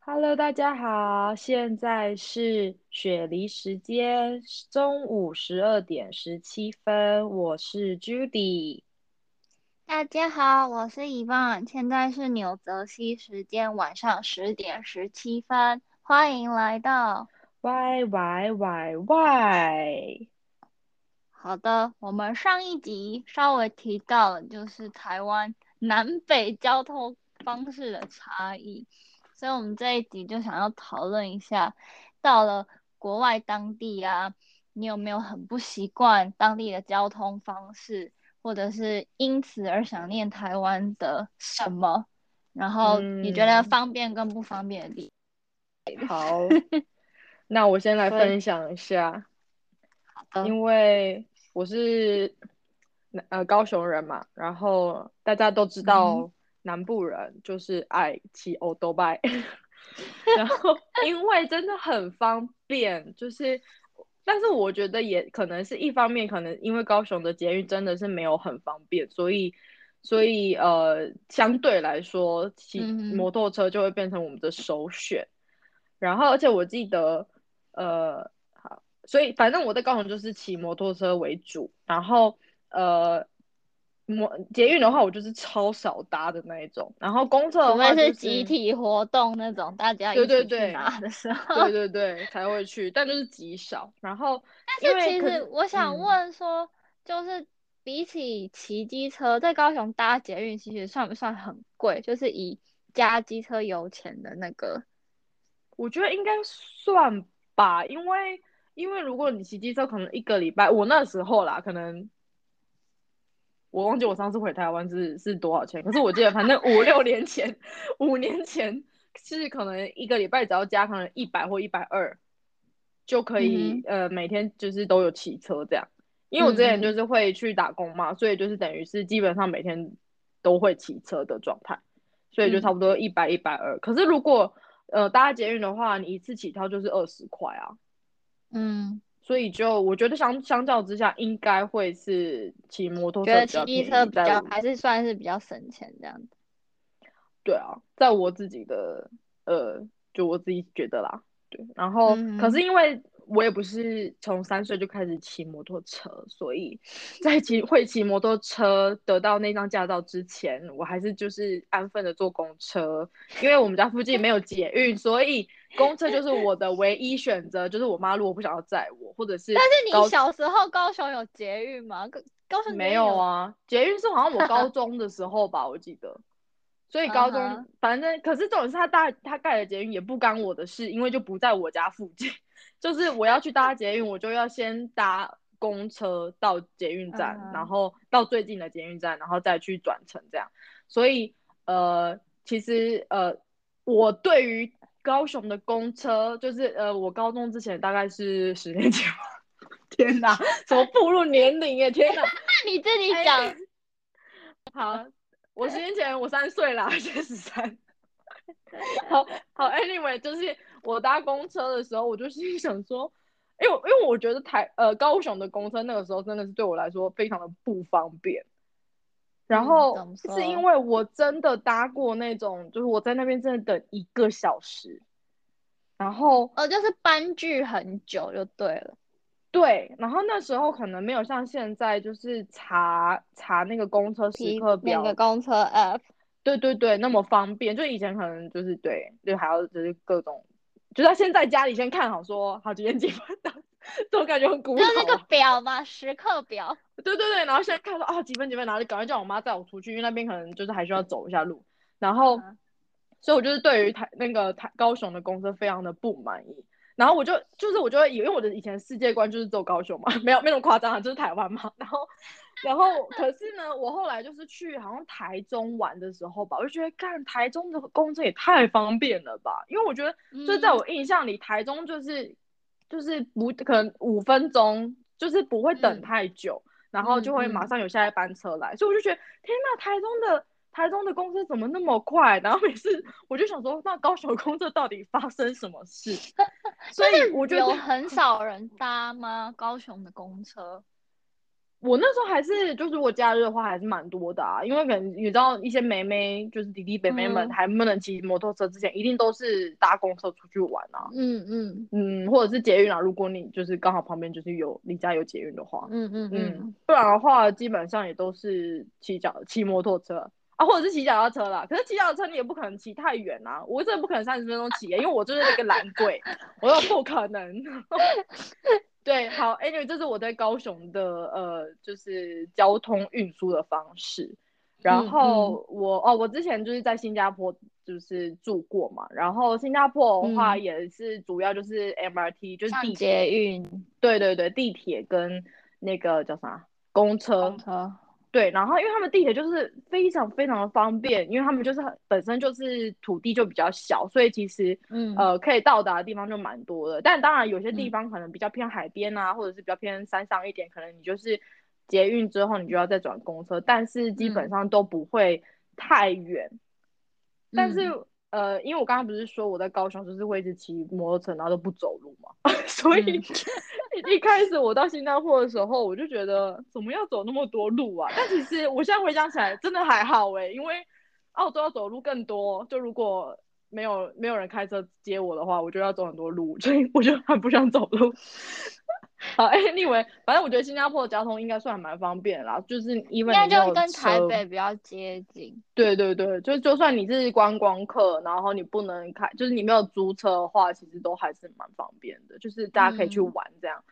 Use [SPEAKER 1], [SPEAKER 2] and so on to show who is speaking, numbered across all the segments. [SPEAKER 1] Hello，大家好，现在是雪梨时间中午十二点十七分，我是 Judy。
[SPEAKER 2] 大家好，我是伊万，现在是纽泽西时间晚上十点十七分，欢迎来到。
[SPEAKER 1] 喂喂喂喂，
[SPEAKER 2] 好的，我们上一集稍微提到了就是台湾南北交通方式的差异，所以我们这一集就想要讨论一下，到了国外当地啊，你有没有很不习惯当地的交通方式，或者是因此而想念台湾的什么？然后你觉得
[SPEAKER 1] 嗯，
[SPEAKER 2] 方便跟不方便的地
[SPEAKER 1] 好，那我先来
[SPEAKER 2] 所以
[SPEAKER 1] 分享一下，
[SPEAKER 2] 好的，
[SPEAKER 1] 因为我是南呃高雄人嘛，然后大家都知
[SPEAKER 2] 嗯，
[SPEAKER 1] 道南部人就是爱骑欧都拜。然后因为真的很方便，就是，但是我觉得也可能是一方面，可能因为高雄的捷运真的是没有很方便，所以，所以呃，相对来说，骑
[SPEAKER 2] 嗯
[SPEAKER 1] 摩托车就会变成我们的首选。然后，而且我记得，呃，好，所以反正我在高雄就是骑摩托车为主，然后呃，摩捷运的话，我就是超少搭的那一种，然后公车
[SPEAKER 2] 除
[SPEAKER 1] 的话
[SPEAKER 2] 非
[SPEAKER 1] 就是
[SPEAKER 2] 集
[SPEAKER 1] 是。
[SPEAKER 2] 体活动那种，大家
[SPEAKER 1] 对
[SPEAKER 2] 一
[SPEAKER 1] 对
[SPEAKER 2] 起去
[SPEAKER 1] 对，
[SPEAKER 2] 拿的时候。
[SPEAKER 1] 对对对，才会去，但就是极少。然后因
[SPEAKER 2] 但是
[SPEAKER 1] 为
[SPEAKER 2] 其
[SPEAKER 1] 可
[SPEAKER 2] 实
[SPEAKER 1] 是，
[SPEAKER 2] 我想
[SPEAKER 1] 嗯，
[SPEAKER 2] 问说，就是比起骑机车，在高雄搭捷运其实算不算很贵？就是以加机车油钱的那个，
[SPEAKER 1] 我觉得应该算吧，因为因为如果你骑机车，可能一个礼拜，我那时候啦，可能我忘记我上次回台湾是是多少钱，可是我记得反正五 六年前，五年前是可能一个礼拜只要加可能一百或一百二，就可
[SPEAKER 2] 嗯
[SPEAKER 1] 以
[SPEAKER 2] 哼，
[SPEAKER 1] 呃每天就是都有骑车这样。因为我之前就
[SPEAKER 2] 嗯
[SPEAKER 1] 是会去打工嘛，所以就是等于是基本上每天都会骑车的状态，所以就差
[SPEAKER 2] 嗯
[SPEAKER 1] 不多一百一百二。可是如果呃搭捷运的话，你一次起跳就是二十块啊。
[SPEAKER 2] 嗯，
[SPEAKER 1] 所以就我觉得相相较之下，应该会是骑摩托车
[SPEAKER 2] 觉得
[SPEAKER 1] 比较
[SPEAKER 2] 骑
[SPEAKER 1] 便
[SPEAKER 2] 车
[SPEAKER 1] 宜，
[SPEAKER 2] 比
[SPEAKER 1] 在
[SPEAKER 2] 较
[SPEAKER 1] 我
[SPEAKER 2] 还是算是比较省钱这样子。
[SPEAKER 1] 对啊，在我自己的呃，就我自己觉得啦，对。然后可
[SPEAKER 2] 嗯
[SPEAKER 1] 是因为我也不是从三岁就开始骑摩托车，所 以在骑会骑摩托车得到那张驾照之前，我还是就是安分的坐公车，因为我们家附近没有捷运，所以公车就是我的唯一选择。就是我妈如果不想要载我，或者是
[SPEAKER 2] 但是你
[SPEAKER 1] 高
[SPEAKER 2] 小时候高雄有捷运吗？高高雄
[SPEAKER 1] 没
[SPEAKER 2] 捷运
[SPEAKER 1] 有
[SPEAKER 2] 有，
[SPEAKER 1] 啊，捷运是好像我高中的时候吧，我 记得。所以
[SPEAKER 2] 嗯
[SPEAKER 1] 高中
[SPEAKER 2] 哼，
[SPEAKER 1] 反正可是重点是他搭他盖的捷运也不干我的事，因为就不在我家附近。 就是我要去搭捷运，我就要先搭公车到捷运
[SPEAKER 2] 嗯
[SPEAKER 1] 站，然
[SPEAKER 2] 哼，
[SPEAKER 1] 后到最近的捷运站，然后再去转乘这样。所以呃，其实呃，我对于高雄的公车，就是呃，我高中之前大概是十年前吧。 天哪，怎么步入年龄耶？天哪！
[SPEAKER 2] 那你自己
[SPEAKER 1] 哎、
[SPEAKER 2] 讲。
[SPEAKER 1] 好，我十年前我三岁啦，现在十三。好好，anyway，就是我搭公车的时候，我就心里想说，因为我因为我觉得台呃高雄的公车那个时候真的是对我来说非常的不方便。然
[SPEAKER 2] 嗯，
[SPEAKER 1] 后
[SPEAKER 2] 怎么
[SPEAKER 1] 是因
[SPEAKER 2] 说？
[SPEAKER 1] 为我真的搭过那种，就是我在那边真的等一个小时，然后
[SPEAKER 2] 哦，就是搬剧很久就对了。
[SPEAKER 1] 对，然后那时候可能没有像现在就是查查那个公车时
[SPEAKER 2] 提
[SPEAKER 1] 刻
[SPEAKER 2] 那个
[SPEAKER 1] 表。
[SPEAKER 2] 公车 app，
[SPEAKER 1] 对对对，那么方便，就以前可能就是对，就还要就是各种，就是他先在家里先看好说好几点几分到， 这种感觉很古
[SPEAKER 2] 就是
[SPEAKER 1] 老
[SPEAKER 2] 那个
[SPEAKER 1] 啊。
[SPEAKER 2] 表嘛，时刻表。
[SPEAKER 1] 对对对，然后现在看说啊几分几分，然后就赶快叫我妈带我出去，因为那边可能就是还需要走一下路。然
[SPEAKER 2] 嗯
[SPEAKER 1] 后，
[SPEAKER 2] 哼，
[SPEAKER 1] 所以我就是对于台那个台高雄的公车非常的不满意。然后我就就是我就会以为我的以前世界观就是走高雄嘛，没有没那么夸张啊，就是台湾嘛。 然后，然后可是呢，我后来就是去好像台中玩的时候吧，我就觉得干台中的公车也太方便了吧，因为我觉得就是在
[SPEAKER 2] 嗯
[SPEAKER 1] 我印象里，台中就是就是不可能五分钟就是不会等
[SPEAKER 2] 嗯
[SPEAKER 1] 太久。然后就
[SPEAKER 2] 嗯
[SPEAKER 1] 会马
[SPEAKER 2] 嗯，
[SPEAKER 1] 上有下一班车来，所以我就觉得天呐，台中的台中的公车怎么那么快？然后每次我就想说，那高雄的公车到底发生什么事？所以
[SPEAKER 2] 但
[SPEAKER 1] 我
[SPEAKER 2] 是
[SPEAKER 1] 觉得
[SPEAKER 2] 有很少人搭吗？高雄的公车？
[SPEAKER 1] 我那时候还是就是如果假日的话还是蛮多的啊，因为可能你知道一些妹妹就是弟弟妹妹们
[SPEAKER 2] 嗯
[SPEAKER 1] 还不能骑摩托车之前，一定都是搭公车出去玩啊，
[SPEAKER 2] 嗯嗯
[SPEAKER 1] 嗯，或者是捷运啊，如果你就是刚好旁边就是有离家有捷运的话，
[SPEAKER 2] 嗯嗯嗯
[SPEAKER 1] 嗯，不然的话基本上也都是骑脚骑摩托车啊，或者是骑脚踏车啦。可是骑脚踏车你也不可能骑太远啊，我真的不可能三十分钟骑耶、因为我就是那个懒 鬼，我说不可能。对，好，anyway，这是我在高雄的呃，就是交通运输的方式。然
[SPEAKER 2] 嗯
[SPEAKER 1] 后我、哦，我之前就是在新加坡就是住过嘛，然后新加坡的话
[SPEAKER 2] 嗯
[SPEAKER 1] 也是主要就是 MRT，、就是
[SPEAKER 2] 像
[SPEAKER 1] 地
[SPEAKER 2] 捷运、
[SPEAKER 1] 对对对，地铁跟那个叫啥公车
[SPEAKER 2] 公，车，
[SPEAKER 1] 对，然后因为他们地铁就是非常非常的方便，因为他们就是很本身就是土地就比较小，所以其实
[SPEAKER 2] 嗯
[SPEAKER 1] 呃可以到达的地方就蛮多的。但当然有些地
[SPEAKER 2] 嗯
[SPEAKER 1] 方可能比较偏海边啊，或者是比较偏山上一点，可能你就是捷运之后你就要再转公车，但是基本
[SPEAKER 2] 嗯
[SPEAKER 1] 上都不会太远。但是
[SPEAKER 2] 嗯
[SPEAKER 1] 呃，因为我刚刚不是说我在高雄就是会一直骑摩托车，然后都不走路嘛， 所以、
[SPEAKER 2] 嗯
[SPEAKER 1] 一开始我到新加坡的时候，我就觉得怎么要走那么多路啊？但其实我现在回想起来，真的还好诶、因为澳洲要走路更多，就如果没有没有人开车接我的话，我就要走很多路，所以我就很不想走路。 好，哎、你以为反正我觉得新加坡的交通应该算还蛮方便啦，就是因
[SPEAKER 2] 应
[SPEAKER 1] 为
[SPEAKER 2] 该
[SPEAKER 1] 你没
[SPEAKER 2] 就
[SPEAKER 1] 有
[SPEAKER 2] 跟台
[SPEAKER 1] 车
[SPEAKER 2] 北比较接近。
[SPEAKER 1] 对对对，就就算你是观光客，然后你不能开，就是你没有租车的话，其实都还是蛮方便的，就是大家可以去
[SPEAKER 2] 嗯
[SPEAKER 1] 玩这样。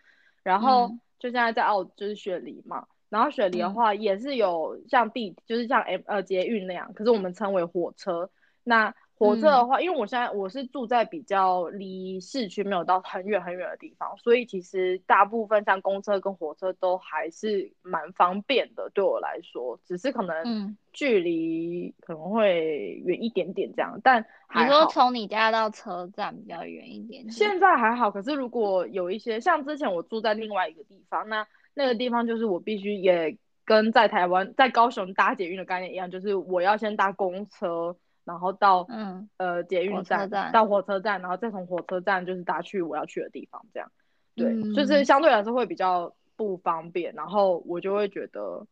[SPEAKER 1] 然后
[SPEAKER 2] 嗯
[SPEAKER 1] 就现在在澳就是雪梨嘛，然后雪梨的
[SPEAKER 2] 嗯
[SPEAKER 1] 话也是有像地，就是像 M 呃捷运那样，可是我们称为火车。那火车
[SPEAKER 2] 嗯
[SPEAKER 1] 的话，因为我现在我是住在比较离市区没有到很远很远的地方，所以其实大部分像公车跟火车都还是蛮方便的，对我来说，只是可能。
[SPEAKER 2] 嗯，
[SPEAKER 1] 距离可能会远一点点这样，但
[SPEAKER 2] 你
[SPEAKER 1] 还
[SPEAKER 2] 说
[SPEAKER 1] 好。
[SPEAKER 2] 从你家到车站比较远一点点，
[SPEAKER 1] 现在还好，可是如果有一些像之前我住在另外一个地方，那那个地方就是我必须也跟在台湾在高雄搭捷运的概念一样，就是我要先搭公车，然后到
[SPEAKER 2] 嗯
[SPEAKER 1] 呃捷运
[SPEAKER 2] 火车
[SPEAKER 1] 站
[SPEAKER 2] 站
[SPEAKER 1] 到火车站，然后再从火车站就是搭去我要去的地方，这样对，就是
[SPEAKER 2] 嗯
[SPEAKER 1] 相对来说会比较不方便，然后我就会觉得，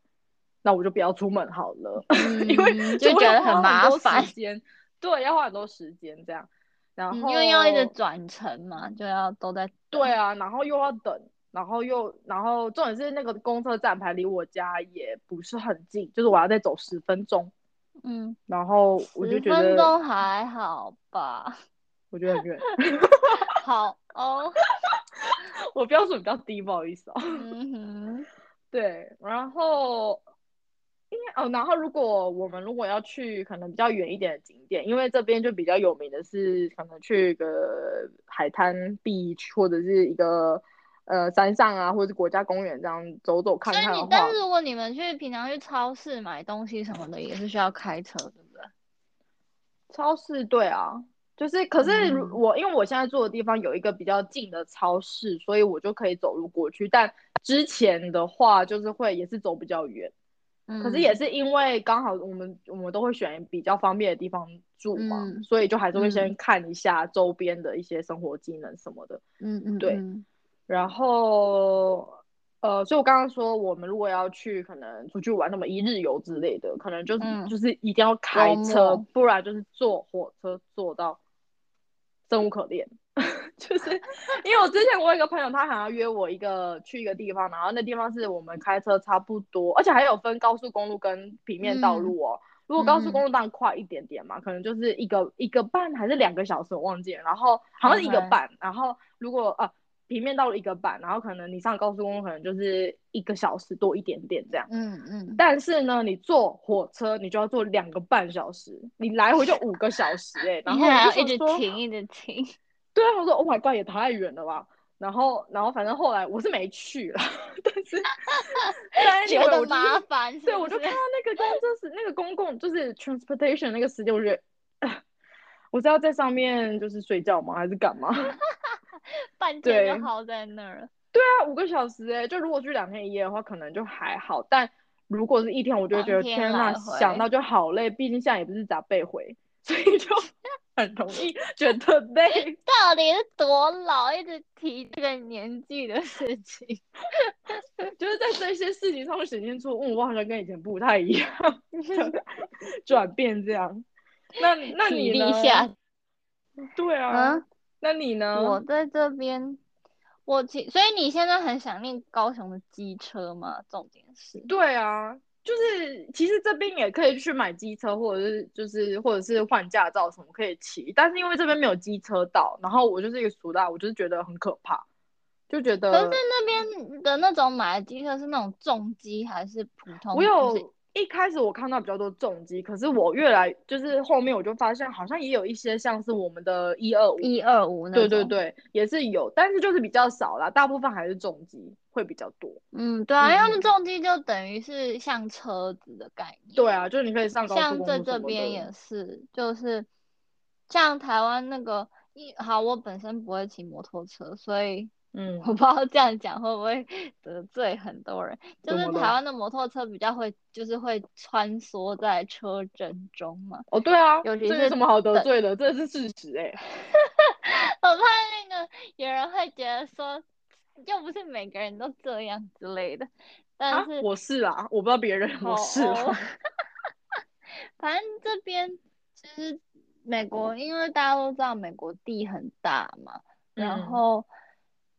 [SPEAKER 1] 那我就不要出门好了。
[SPEAKER 2] 嗯，
[SPEAKER 1] 因为
[SPEAKER 2] 就
[SPEAKER 1] 会
[SPEAKER 2] 觉得
[SPEAKER 1] 花很
[SPEAKER 2] 麻
[SPEAKER 1] 多
[SPEAKER 2] 烦
[SPEAKER 1] 时，间，对，要花很多时间这样，然
[SPEAKER 2] 嗯
[SPEAKER 1] 后
[SPEAKER 2] 因为要一直转乘嘛，就要都在
[SPEAKER 1] 对
[SPEAKER 2] 等，
[SPEAKER 1] 啊，然后又要等，然后又然后重点是那个公车站牌离我家也不是很近，就是我要再走十分钟，
[SPEAKER 2] 嗯，
[SPEAKER 1] 然后我就
[SPEAKER 2] 十
[SPEAKER 1] 觉得
[SPEAKER 2] 分钟还好吧，
[SPEAKER 1] 我觉得 很远，
[SPEAKER 2] 好哦，
[SPEAKER 1] 我标准比较低，不好意思哦。
[SPEAKER 2] 嗯哼，
[SPEAKER 1] 对，然后应该哦，然后如果我们如果要去可能比较远一点的景点，因为这边就比较有名的是可能去一个海滩 beach 或者是一个呃山上啊，或者是国家公园这样走走看
[SPEAKER 2] 所以
[SPEAKER 1] 看的
[SPEAKER 2] 你
[SPEAKER 1] 话
[SPEAKER 2] 但，是如果你们去平常去超市买东西什么的，也是需要开车，对不对？
[SPEAKER 1] 超市对啊，就是可是如
[SPEAKER 2] 嗯
[SPEAKER 1] 我因为我现在住的地方有一个比较近的超市，所以我就可以走路过去，但之前的话就是会也是走比较远。可是也
[SPEAKER 2] 嗯
[SPEAKER 1] 是因为刚好我们我们都会选比较方便的地方住嘛，
[SPEAKER 2] 嗯
[SPEAKER 1] 所以就还是会先
[SPEAKER 2] 嗯
[SPEAKER 1] 看一下周边的一些生活技能什么的。
[SPEAKER 2] 嗯嗯，
[SPEAKER 1] 对
[SPEAKER 2] 嗯
[SPEAKER 1] 然后，呃，所以我刚刚说，我们如果要去可能出去玩，那么一日游之类的，可能就是、
[SPEAKER 2] 嗯
[SPEAKER 1] 就是一定要开车
[SPEAKER 2] 周末，
[SPEAKER 1] 不然就是坐火车坐到生无可恋。 就是因为我之前我有一个朋友，他好像约我一个去一个地方，然后那地方是我们开车差不多，而且还有分高速公路跟平面道路
[SPEAKER 2] 嗯
[SPEAKER 1] 哦。如果高速公路当然快一点点嘛，可能就是一个一个半还是两个小时，我忘记了。然后好像是一个
[SPEAKER 2] OK
[SPEAKER 1] 半然后如果啊平面道路一个半，然后可能你上高速公路可能就是一个小时多一点点这样。
[SPEAKER 2] 嗯嗯，
[SPEAKER 1] 但是呢，你坐火车你就要坐两个半小时，你来回就五个小时哎、 然
[SPEAKER 2] 你
[SPEAKER 1] 后
[SPEAKER 2] 看还
[SPEAKER 1] 我
[SPEAKER 2] 要
[SPEAKER 1] 就想
[SPEAKER 2] 一直
[SPEAKER 1] 说，
[SPEAKER 2] 停一直 停，
[SPEAKER 1] 对啊，我说 Oh my god，也太远了吧。然后，然后反正后来我是没去了， 但是 但
[SPEAKER 2] 觉
[SPEAKER 1] anyway，
[SPEAKER 2] 得
[SPEAKER 1] 我就是
[SPEAKER 2] 麻烦是不是，
[SPEAKER 1] 对，我就看 到那个公车时，那个公共就是 transportation 那个时间，我觉得， 我是要在上面就是睡觉吗？还是干嘛？对
[SPEAKER 2] 半天
[SPEAKER 1] 对
[SPEAKER 2] 就耗在那儿了，
[SPEAKER 1] 啊，五个小时哎、就如果去两天一夜的话，可能就还好，但如果是一天，我就会觉得
[SPEAKER 2] 当天
[SPEAKER 1] 天呐，
[SPEAKER 2] 来回
[SPEAKER 1] 想到就好累，毕竟现在也不是咋背回，所以就很容易觉得累。
[SPEAKER 2] 到底是多老，一直提这个年纪的事 情？
[SPEAKER 1] 就是在这些事情上面显现出，嗯，我好像跟以前不太一样 转变这样。那那
[SPEAKER 2] 体
[SPEAKER 1] 你
[SPEAKER 2] 力
[SPEAKER 1] 呢？
[SPEAKER 2] 下
[SPEAKER 1] 对啊，
[SPEAKER 2] 啊，
[SPEAKER 1] 那你呢？
[SPEAKER 2] 我在这边，我其所以你现在很想念高雄的机车吗？重点是，
[SPEAKER 1] 对啊，就是其实这边也可以去买机车，或者是就是或者是换驾照什么可以骑，但是因为这边没有机车道，然后我就是一个俗辣，我就是觉得很可怕，就觉
[SPEAKER 2] 可是
[SPEAKER 1] 得
[SPEAKER 2] 那边的那种买的机车是那种重机还是普通？
[SPEAKER 1] 我
[SPEAKER 2] 就是
[SPEAKER 1] 有一开始我看到比较多重机，可是我越来就是后面我就发现好像也有一些像是我们的一二五，
[SPEAKER 2] 一二五那
[SPEAKER 1] 对对，
[SPEAKER 2] 种。
[SPEAKER 1] 对，也是有，但是就是比较少啦，大部分还是重机会比较多。
[SPEAKER 2] 嗯，对啊，因为他们
[SPEAKER 1] 嗯
[SPEAKER 2] 重机就等于是像车子的概念。
[SPEAKER 1] 对啊，就是你可以上高速
[SPEAKER 2] 像
[SPEAKER 1] 公
[SPEAKER 2] 在
[SPEAKER 1] 路
[SPEAKER 2] 这
[SPEAKER 1] 什么
[SPEAKER 2] 边
[SPEAKER 1] 的
[SPEAKER 2] 也是，就是像台湾那个一好，我本身不会骑摩托车，所以
[SPEAKER 1] 嗯
[SPEAKER 2] 我不知道这样讲会不会 得罪很多人。就
[SPEAKER 1] 怎
[SPEAKER 2] 是
[SPEAKER 1] 么
[SPEAKER 2] 台
[SPEAKER 1] 了
[SPEAKER 2] 湾的摩托车比较会，就是会穿梭在车阵中嘛。
[SPEAKER 1] 哦，对啊，
[SPEAKER 2] 尤其
[SPEAKER 1] 这
[SPEAKER 2] 是
[SPEAKER 1] 有什么好得
[SPEAKER 2] 等
[SPEAKER 1] 罪的？这是事实哎、
[SPEAKER 2] 我怕那个有人会觉得说，又不是每个人都这样之类的。但
[SPEAKER 1] 啊
[SPEAKER 2] 是，
[SPEAKER 1] 我是啊，我不知道别人， 我
[SPEAKER 2] 哦
[SPEAKER 1] 是
[SPEAKER 2] 哦
[SPEAKER 1] 啊。
[SPEAKER 2] 反正这边其实美国，因为大家都知道美国地很大嘛，然
[SPEAKER 1] 嗯
[SPEAKER 2] 后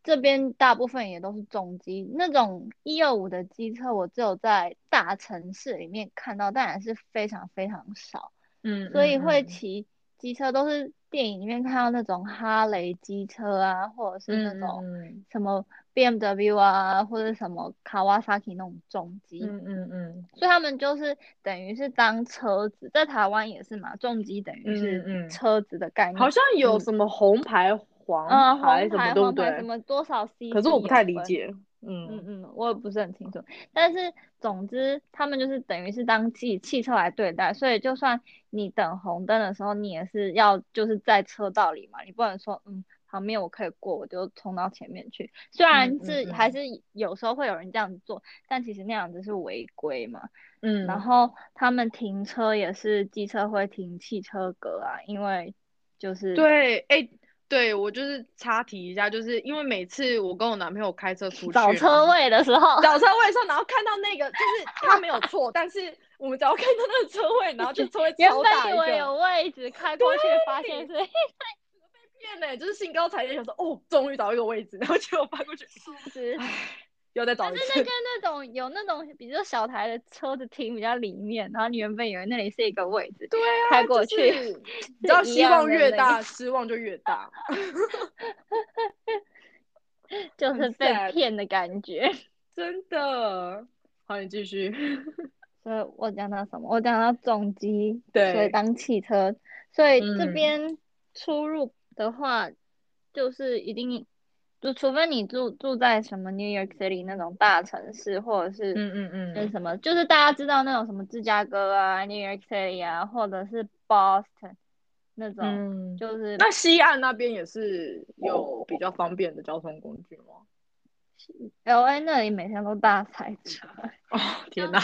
[SPEAKER 2] 这边大部分也都是重机，那种一二五的机车，我只有在大城市里面看到，但也是非常非常少，
[SPEAKER 1] 嗯，
[SPEAKER 2] 所以
[SPEAKER 1] 嗯
[SPEAKER 2] 会
[SPEAKER 1] 嗯
[SPEAKER 2] 骑机车都是电影里面看到那种哈雷机车啊，或者是那
[SPEAKER 1] 嗯
[SPEAKER 2] 种
[SPEAKER 1] 嗯
[SPEAKER 2] 什么 BMW 啊，或者什么 Kawasaki 那种重机，
[SPEAKER 1] 嗯嗯嗯
[SPEAKER 2] 所以他们就是等于是当车子，在台湾也是嘛，重机等于
[SPEAKER 1] 嗯嗯
[SPEAKER 2] 是
[SPEAKER 1] 嗯
[SPEAKER 2] 车子的概
[SPEAKER 1] 嗯，
[SPEAKER 2] 念。
[SPEAKER 1] 好像有
[SPEAKER 2] 嗯
[SPEAKER 1] 什么红牌、黄
[SPEAKER 2] 嗯，
[SPEAKER 1] 牌
[SPEAKER 2] 红
[SPEAKER 1] 什么，
[SPEAKER 2] 牌、
[SPEAKER 1] 对不
[SPEAKER 2] 黄牌什
[SPEAKER 1] 对？
[SPEAKER 2] 么多少 CC
[SPEAKER 1] 可是我不太
[SPEAKER 2] 有
[SPEAKER 1] 理
[SPEAKER 2] 分。
[SPEAKER 1] 解。
[SPEAKER 2] 嗯
[SPEAKER 1] 嗯
[SPEAKER 2] 嗯，我也不是很清楚，但是总之他们就是等于是当汽汽车来对待，所以就算你等红灯的时候，你也是要就是在车道里嘛，你不能说嗯旁边我可以过，我就冲到前面去。虽然
[SPEAKER 1] 嗯嗯
[SPEAKER 2] 是
[SPEAKER 1] 嗯
[SPEAKER 2] 还是有时候会有人这样子做，但其实那样子是违规嘛。
[SPEAKER 1] 嗯，
[SPEAKER 2] 然后他们停车也是机车会停汽车格啊，因为就是
[SPEAKER 1] 对，哎、对我就是插题一下，就是因为每次我跟我男朋友开车出去，
[SPEAKER 2] 找
[SPEAKER 1] 然
[SPEAKER 2] 车
[SPEAKER 1] 后
[SPEAKER 2] 位的哦时候，
[SPEAKER 1] 找车位的时候，然后看到那个就是他没有错，但是我们只要看到那个车位，然后就车位
[SPEAKER 2] 原
[SPEAKER 1] 超大
[SPEAKER 2] 本
[SPEAKER 1] 一
[SPEAKER 2] 以为
[SPEAKER 1] 个，
[SPEAKER 2] 有位置，开过去发现是
[SPEAKER 1] 变呢、欸就是兴高采烈想说哦，终于找到一个位置，然后结果翻过去，
[SPEAKER 2] 数值，
[SPEAKER 1] 唉，又再找一
[SPEAKER 2] 但是那
[SPEAKER 1] 次
[SPEAKER 2] 跟。那种有那种比较小台的车子停比较里面，然后你原本以为那里是一个位置，
[SPEAKER 1] 对啊，
[SPEAKER 2] 开过
[SPEAKER 1] 就
[SPEAKER 2] 去
[SPEAKER 1] 是你
[SPEAKER 2] 是
[SPEAKER 1] 知道
[SPEAKER 2] 一
[SPEAKER 1] 希
[SPEAKER 2] 样
[SPEAKER 1] 望
[SPEAKER 2] 的
[SPEAKER 1] 越
[SPEAKER 2] 那
[SPEAKER 1] 大，
[SPEAKER 2] 个
[SPEAKER 1] 失望就越大。
[SPEAKER 2] 就
[SPEAKER 1] 很
[SPEAKER 2] 是被
[SPEAKER 1] sad
[SPEAKER 2] 骗的感觉。
[SPEAKER 1] 真的。好，你继续。
[SPEAKER 2] 所以我讲到什么？我讲到重机，所以
[SPEAKER 1] 对
[SPEAKER 2] 当汽车，所以这
[SPEAKER 1] 嗯
[SPEAKER 2] 边出入的话，就是一定，就除非你住住在什么 New York City 那种大城市，或者是
[SPEAKER 1] 嗯嗯
[SPEAKER 2] 那
[SPEAKER 1] 嗯，
[SPEAKER 2] 什么，就是大家知道那种什么芝加哥啊、New York City 啊，或者是 Boston 那种，
[SPEAKER 1] 嗯
[SPEAKER 2] 哦就是
[SPEAKER 1] 那西岸那边也是有比较方便的交通工具吗？
[SPEAKER 2] LA 那里每天都大塞车。
[SPEAKER 1] 哦，天哪！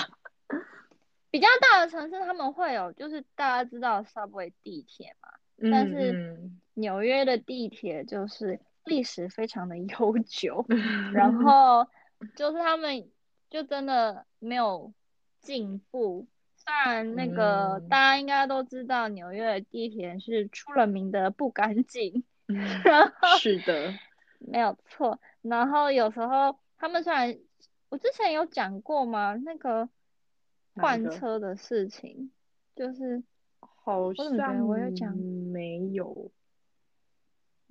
[SPEAKER 2] 比较大的城市，他们会有就是大家知道 subway 地铁嘛。但是
[SPEAKER 1] 嗯
[SPEAKER 2] 纽约的地铁就是历史非常的悠 久，
[SPEAKER 1] 嗯，
[SPEAKER 2] 然后就是他们就真的没有进步。虽然那个
[SPEAKER 1] 嗯
[SPEAKER 2] 大家应该都知道，纽约的地铁是出了名的不干净， 然后
[SPEAKER 1] 是 的，
[SPEAKER 2] 没有错。然后有时候他们虽然我之前有讲过嘛，那个
[SPEAKER 1] 哪一
[SPEAKER 2] 换
[SPEAKER 1] 个
[SPEAKER 2] 车的事情，就是
[SPEAKER 1] 好
[SPEAKER 2] 怎么觉
[SPEAKER 1] 像
[SPEAKER 2] 得我有讲
[SPEAKER 1] 没有。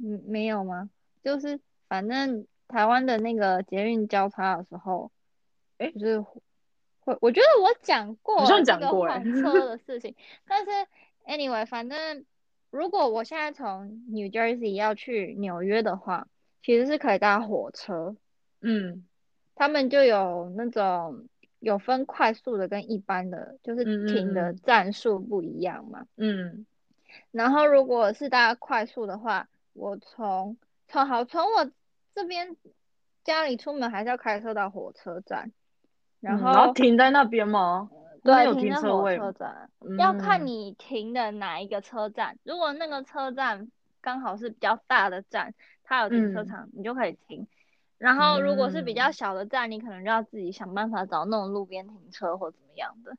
[SPEAKER 2] 嗯，没有吗？就是反正台湾的那个捷运交叉的时候，
[SPEAKER 1] 诶
[SPEAKER 2] 就是会，我觉得我讲过
[SPEAKER 1] 像
[SPEAKER 2] 这
[SPEAKER 1] 讲
[SPEAKER 2] 个
[SPEAKER 1] 过诶
[SPEAKER 2] 换 车的事情，但是 anyway，反正如果我现在从 New Jersey 要去纽约的话，其实是可以搭火车，
[SPEAKER 1] 嗯
[SPEAKER 2] 他们就有那种有分快速的跟一般的，就是
[SPEAKER 1] 嗯嗯
[SPEAKER 2] 停的
[SPEAKER 1] 嗯
[SPEAKER 2] 站数不一样嘛。
[SPEAKER 1] 嗯
[SPEAKER 2] 然后如果是大家快速的话，我从从好从我这边家里出门还是要开车到火车站，然
[SPEAKER 1] 嗯
[SPEAKER 2] 后、
[SPEAKER 1] 然后停在那边吗？那
[SPEAKER 2] 对，
[SPEAKER 1] 有停
[SPEAKER 2] 停
[SPEAKER 1] 车
[SPEAKER 2] 火
[SPEAKER 1] 位
[SPEAKER 2] 车
[SPEAKER 1] 吗
[SPEAKER 2] 站，要看
[SPEAKER 1] 嗯
[SPEAKER 2] 你停的哪一个车站。如果那个车站刚好是比较大的站，它有停车
[SPEAKER 1] 嗯
[SPEAKER 2] 场，你就可以停。然后如果是比较
[SPEAKER 1] 嗯
[SPEAKER 2] 小的站，你可能就要自己想办法找那种路边停车或怎么样的。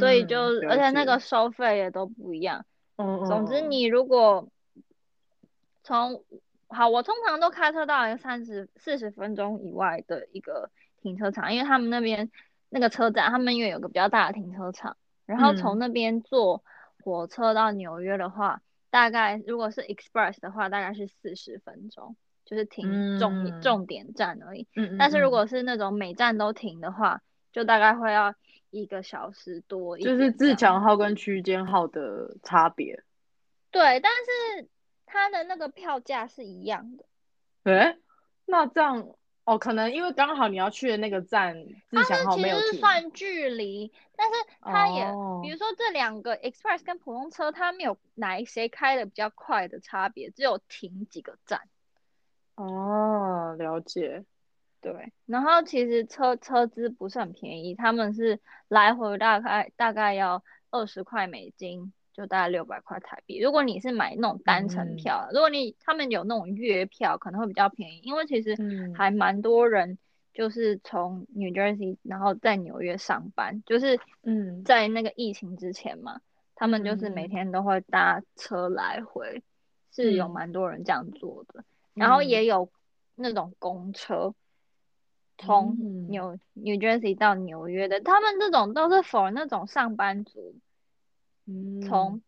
[SPEAKER 2] 所以就
[SPEAKER 1] 嗯
[SPEAKER 2] 而
[SPEAKER 1] 了
[SPEAKER 2] 且那
[SPEAKER 1] 解
[SPEAKER 2] 个收费也都不一样。
[SPEAKER 1] 嗯
[SPEAKER 2] 总之，
[SPEAKER 1] 嗯
[SPEAKER 2] 你如果从好，我通常都开车到一个三十四十分钟以外的一个停车场，因为他们那边那个车站，他们因为有个比较大的停车场，然后从
[SPEAKER 1] 嗯
[SPEAKER 2] 那边坐火车到纽约的话，大概如果是 express 的话，大概是四十分钟，就是停重、
[SPEAKER 1] 嗯
[SPEAKER 2] 重点站而已。
[SPEAKER 1] 嗯
[SPEAKER 2] 但是
[SPEAKER 1] 嗯
[SPEAKER 2] 如
[SPEAKER 1] 嗯
[SPEAKER 2] 果是那种每站都停的话，就大概会要一个小时多一点
[SPEAKER 1] 就
[SPEAKER 2] 这
[SPEAKER 1] 是
[SPEAKER 2] 样。
[SPEAKER 1] 自强号跟区间号的差别。
[SPEAKER 2] 对，但是它的那个票价是一样的，
[SPEAKER 1] 诶，那这样哦，可能因为刚好你要去的那个站自强
[SPEAKER 2] 那
[SPEAKER 1] 号
[SPEAKER 2] 其
[SPEAKER 1] 没有
[SPEAKER 2] 实是
[SPEAKER 1] 停。
[SPEAKER 2] 算距离，但是它也，
[SPEAKER 1] 哦
[SPEAKER 2] 比如说这两个 express 跟普通车，它没有哪一谁开的比较快的差别，只有停几个站。
[SPEAKER 1] 哦，了解。
[SPEAKER 2] 对，然后其实车车资不是很便宜，他们是来回大概大概要二十块美金，就大概六百块台币。如果你是买那种单程
[SPEAKER 1] 嗯
[SPEAKER 2] 票，如果你他们有那种月票，可能会比较便宜，因为其实
[SPEAKER 1] 嗯
[SPEAKER 2] 还蛮多人就是从 New Jersey 然后在纽约上班，就是
[SPEAKER 1] 嗯
[SPEAKER 2] 在那个疫情之前嘛，他们就是每
[SPEAKER 1] 嗯
[SPEAKER 2] 天都会搭车来回，是有
[SPEAKER 1] 嗯
[SPEAKER 2] 蛮多人这样做的。然后
[SPEAKER 1] 嗯
[SPEAKER 2] 也有那种公车，从
[SPEAKER 1] 嗯
[SPEAKER 2] 纽 New Jersey 到纽约的，他们这种都是 for 那种上班族
[SPEAKER 1] 嗯，
[SPEAKER 2] 从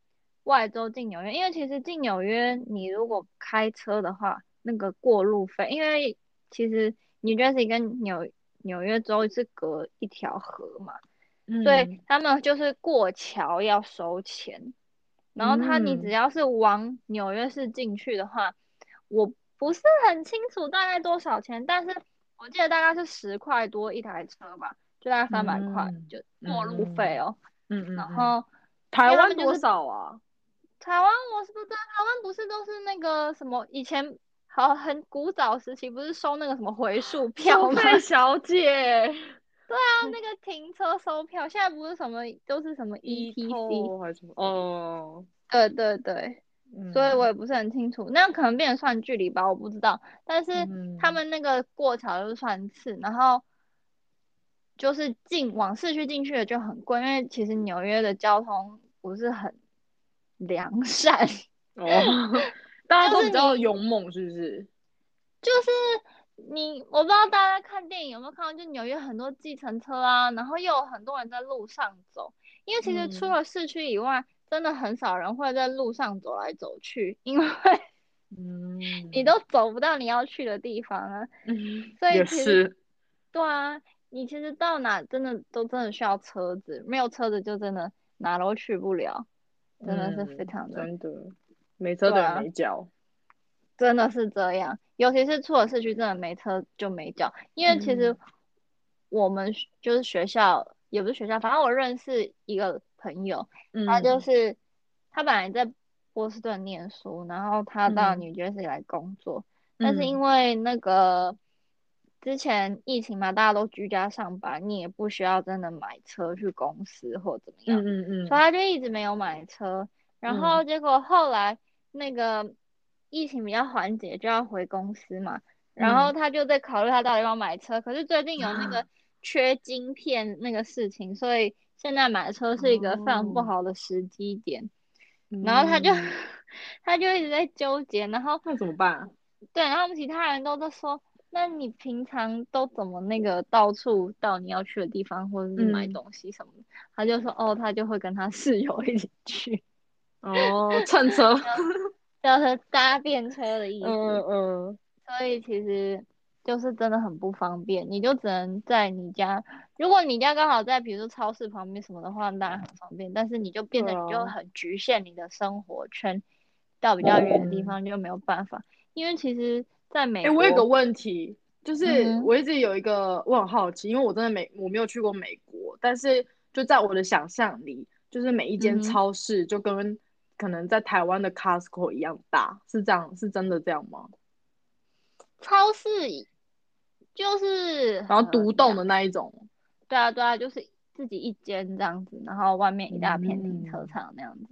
[SPEAKER 2] 外州进纽约，因为其实进纽约你如果开车的话，那个过路费，因为其实 New Jersey 跟纽纽约州是隔一条河嘛，所以
[SPEAKER 1] 嗯
[SPEAKER 2] 他们就是过桥要收钱，然后他你只
[SPEAKER 1] 嗯
[SPEAKER 2] 要是往纽约市进去的话，我不是很清楚大概多少钱，但是我记得大概是十块多一台车吧，就大概三百块，
[SPEAKER 1] 嗯
[SPEAKER 2] 就过路费哦。
[SPEAKER 1] 嗯嗯
[SPEAKER 2] 然
[SPEAKER 1] 嗯
[SPEAKER 2] 后因
[SPEAKER 1] 台
[SPEAKER 2] 为他
[SPEAKER 1] 湾
[SPEAKER 2] 们就
[SPEAKER 1] 多
[SPEAKER 2] 是
[SPEAKER 1] 少啊？
[SPEAKER 2] 台湾我是不知道，台湾不是都是那个什么以前好很古早时期不是收那个什么回数票
[SPEAKER 1] 啊收
[SPEAKER 2] 吗？
[SPEAKER 1] 费小姐
[SPEAKER 2] 那那个停车收票，现在不是什么都是什么 ETC，
[SPEAKER 1] ，ETO 还是什么？哦，嗯
[SPEAKER 2] 对对对，所以我也不是很清楚，那可能变成算距离吧，我不知道。但是他
[SPEAKER 1] 嗯
[SPEAKER 2] 们那个过桥就是算次，然后就是进往市区进去的就很贵，因为其实纽约的交通不是很良善，
[SPEAKER 1] 嗯哦，大家
[SPEAKER 2] 就
[SPEAKER 1] 都
[SPEAKER 2] 是
[SPEAKER 1] 比较
[SPEAKER 2] 你
[SPEAKER 1] 勇猛，是不是？
[SPEAKER 2] 就是你我不知道大家看电影有没有看到，就纽约很多计程车啊，然后又有很多人在路上走，因为其实除
[SPEAKER 1] 嗯
[SPEAKER 2] 了市区以外，真的很少人会在路上走来走去，因为
[SPEAKER 1] 嗯，
[SPEAKER 2] 你都走不到你要去的地方啊。
[SPEAKER 1] 嗯
[SPEAKER 2] 所以
[SPEAKER 1] 也
[SPEAKER 2] 其实
[SPEAKER 1] 是，
[SPEAKER 2] 对啊，你其实到哪真的都真的需要车子，没有车子就真的哪都去不了，真的是非
[SPEAKER 1] 嗯，
[SPEAKER 2] 常的，
[SPEAKER 1] 真的，没车
[SPEAKER 2] 对
[SPEAKER 1] 等于
[SPEAKER 2] 啊
[SPEAKER 1] 没脚。
[SPEAKER 2] 真的是这样。尤其是出了市区，真的没车就没脚，因为其实
[SPEAKER 1] 嗯
[SPEAKER 2] 我们学就是学校，也不是学校，反正我认识一个朋友，
[SPEAKER 1] 嗯
[SPEAKER 2] 他就是他本来在波士顿念书，然后他到
[SPEAKER 1] 嗯
[SPEAKER 2] 纽约市来工作，但是因
[SPEAKER 1] 嗯
[SPEAKER 2] 为那个之前疫情嘛，大家都居家上班，你也不需要真的买车去公司或怎么样，
[SPEAKER 1] 嗯嗯
[SPEAKER 2] 所
[SPEAKER 1] 嗯，
[SPEAKER 2] 以他就一直没有买车。然后结果后来那个疫情比较缓解，就要回公司嘛，然后
[SPEAKER 1] 嗯啊
[SPEAKER 2] 他就在考虑他到底要不要买车。可是最近有那个缺晶片那个事情，所以现在买车是一个非常不
[SPEAKER 1] 哦
[SPEAKER 2] 好的时机点。然后他就
[SPEAKER 1] 嗯，
[SPEAKER 2] 他就一直在纠结，然后
[SPEAKER 1] 那怎么办啊？
[SPEAKER 2] 对，然后我们其他人都在说，那你平常都怎么那个到处到你要去的地方，或者是买
[SPEAKER 1] 嗯
[SPEAKER 2] 东西什么的？他就说，哦，他就会跟他 室友一起去，
[SPEAKER 1] 哦， 蹭车，
[SPEAKER 2] 就是搭便车的意
[SPEAKER 1] 嗯
[SPEAKER 2] 思。
[SPEAKER 1] 嗯
[SPEAKER 2] 所以其实就是真的很不方便，你就只能在你家。如果你家刚好在比如说超市旁边什么的话，当然很方便，但是你就变
[SPEAKER 1] 对
[SPEAKER 2] 得你就
[SPEAKER 1] 啊
[SPEAKER 2] 很局限你的生活圈，到比较远的地
[SPEAKER 1] 嗯
[SPEAKER 2] 方就没有办法。因为其实在美
[SPEAKER 1] 哎、我有个
[SPEAKER 2] 国，
[SPEAKER 1] 问题，就是
[SPEAKER 2] 嗯哼，
[SPEAKER 1] 我一直有一个我很好奇，因为我真的没我没有去过美国，但是就在我的想象里，就是每一
[SPEAKER 2] 嗯
[SPEAKER 1] 间
[SPEAKER 2] 哼，
[SPEAKER 1] 超市就跟可能在台湾的 Costco 一样大，是这样，是真的这样吗？
[SPEAKER 2] 超市就是
[SPEAKER 1] 然后
[SPEAKER 2] 呃
[SPEAKER 1] 独
[SPEAKER 2] 怎
[SPEAKER 1] 栋
[SPEAKER 2] 么讲？
[SPEAKER 1] 的那一种，
[SPEAKER 2] 对啊，对啊，就是自己一间这样子，然后外面一大片停车
[SPEAKER 1] 嗯
[SPEAKER 2] 场那样子。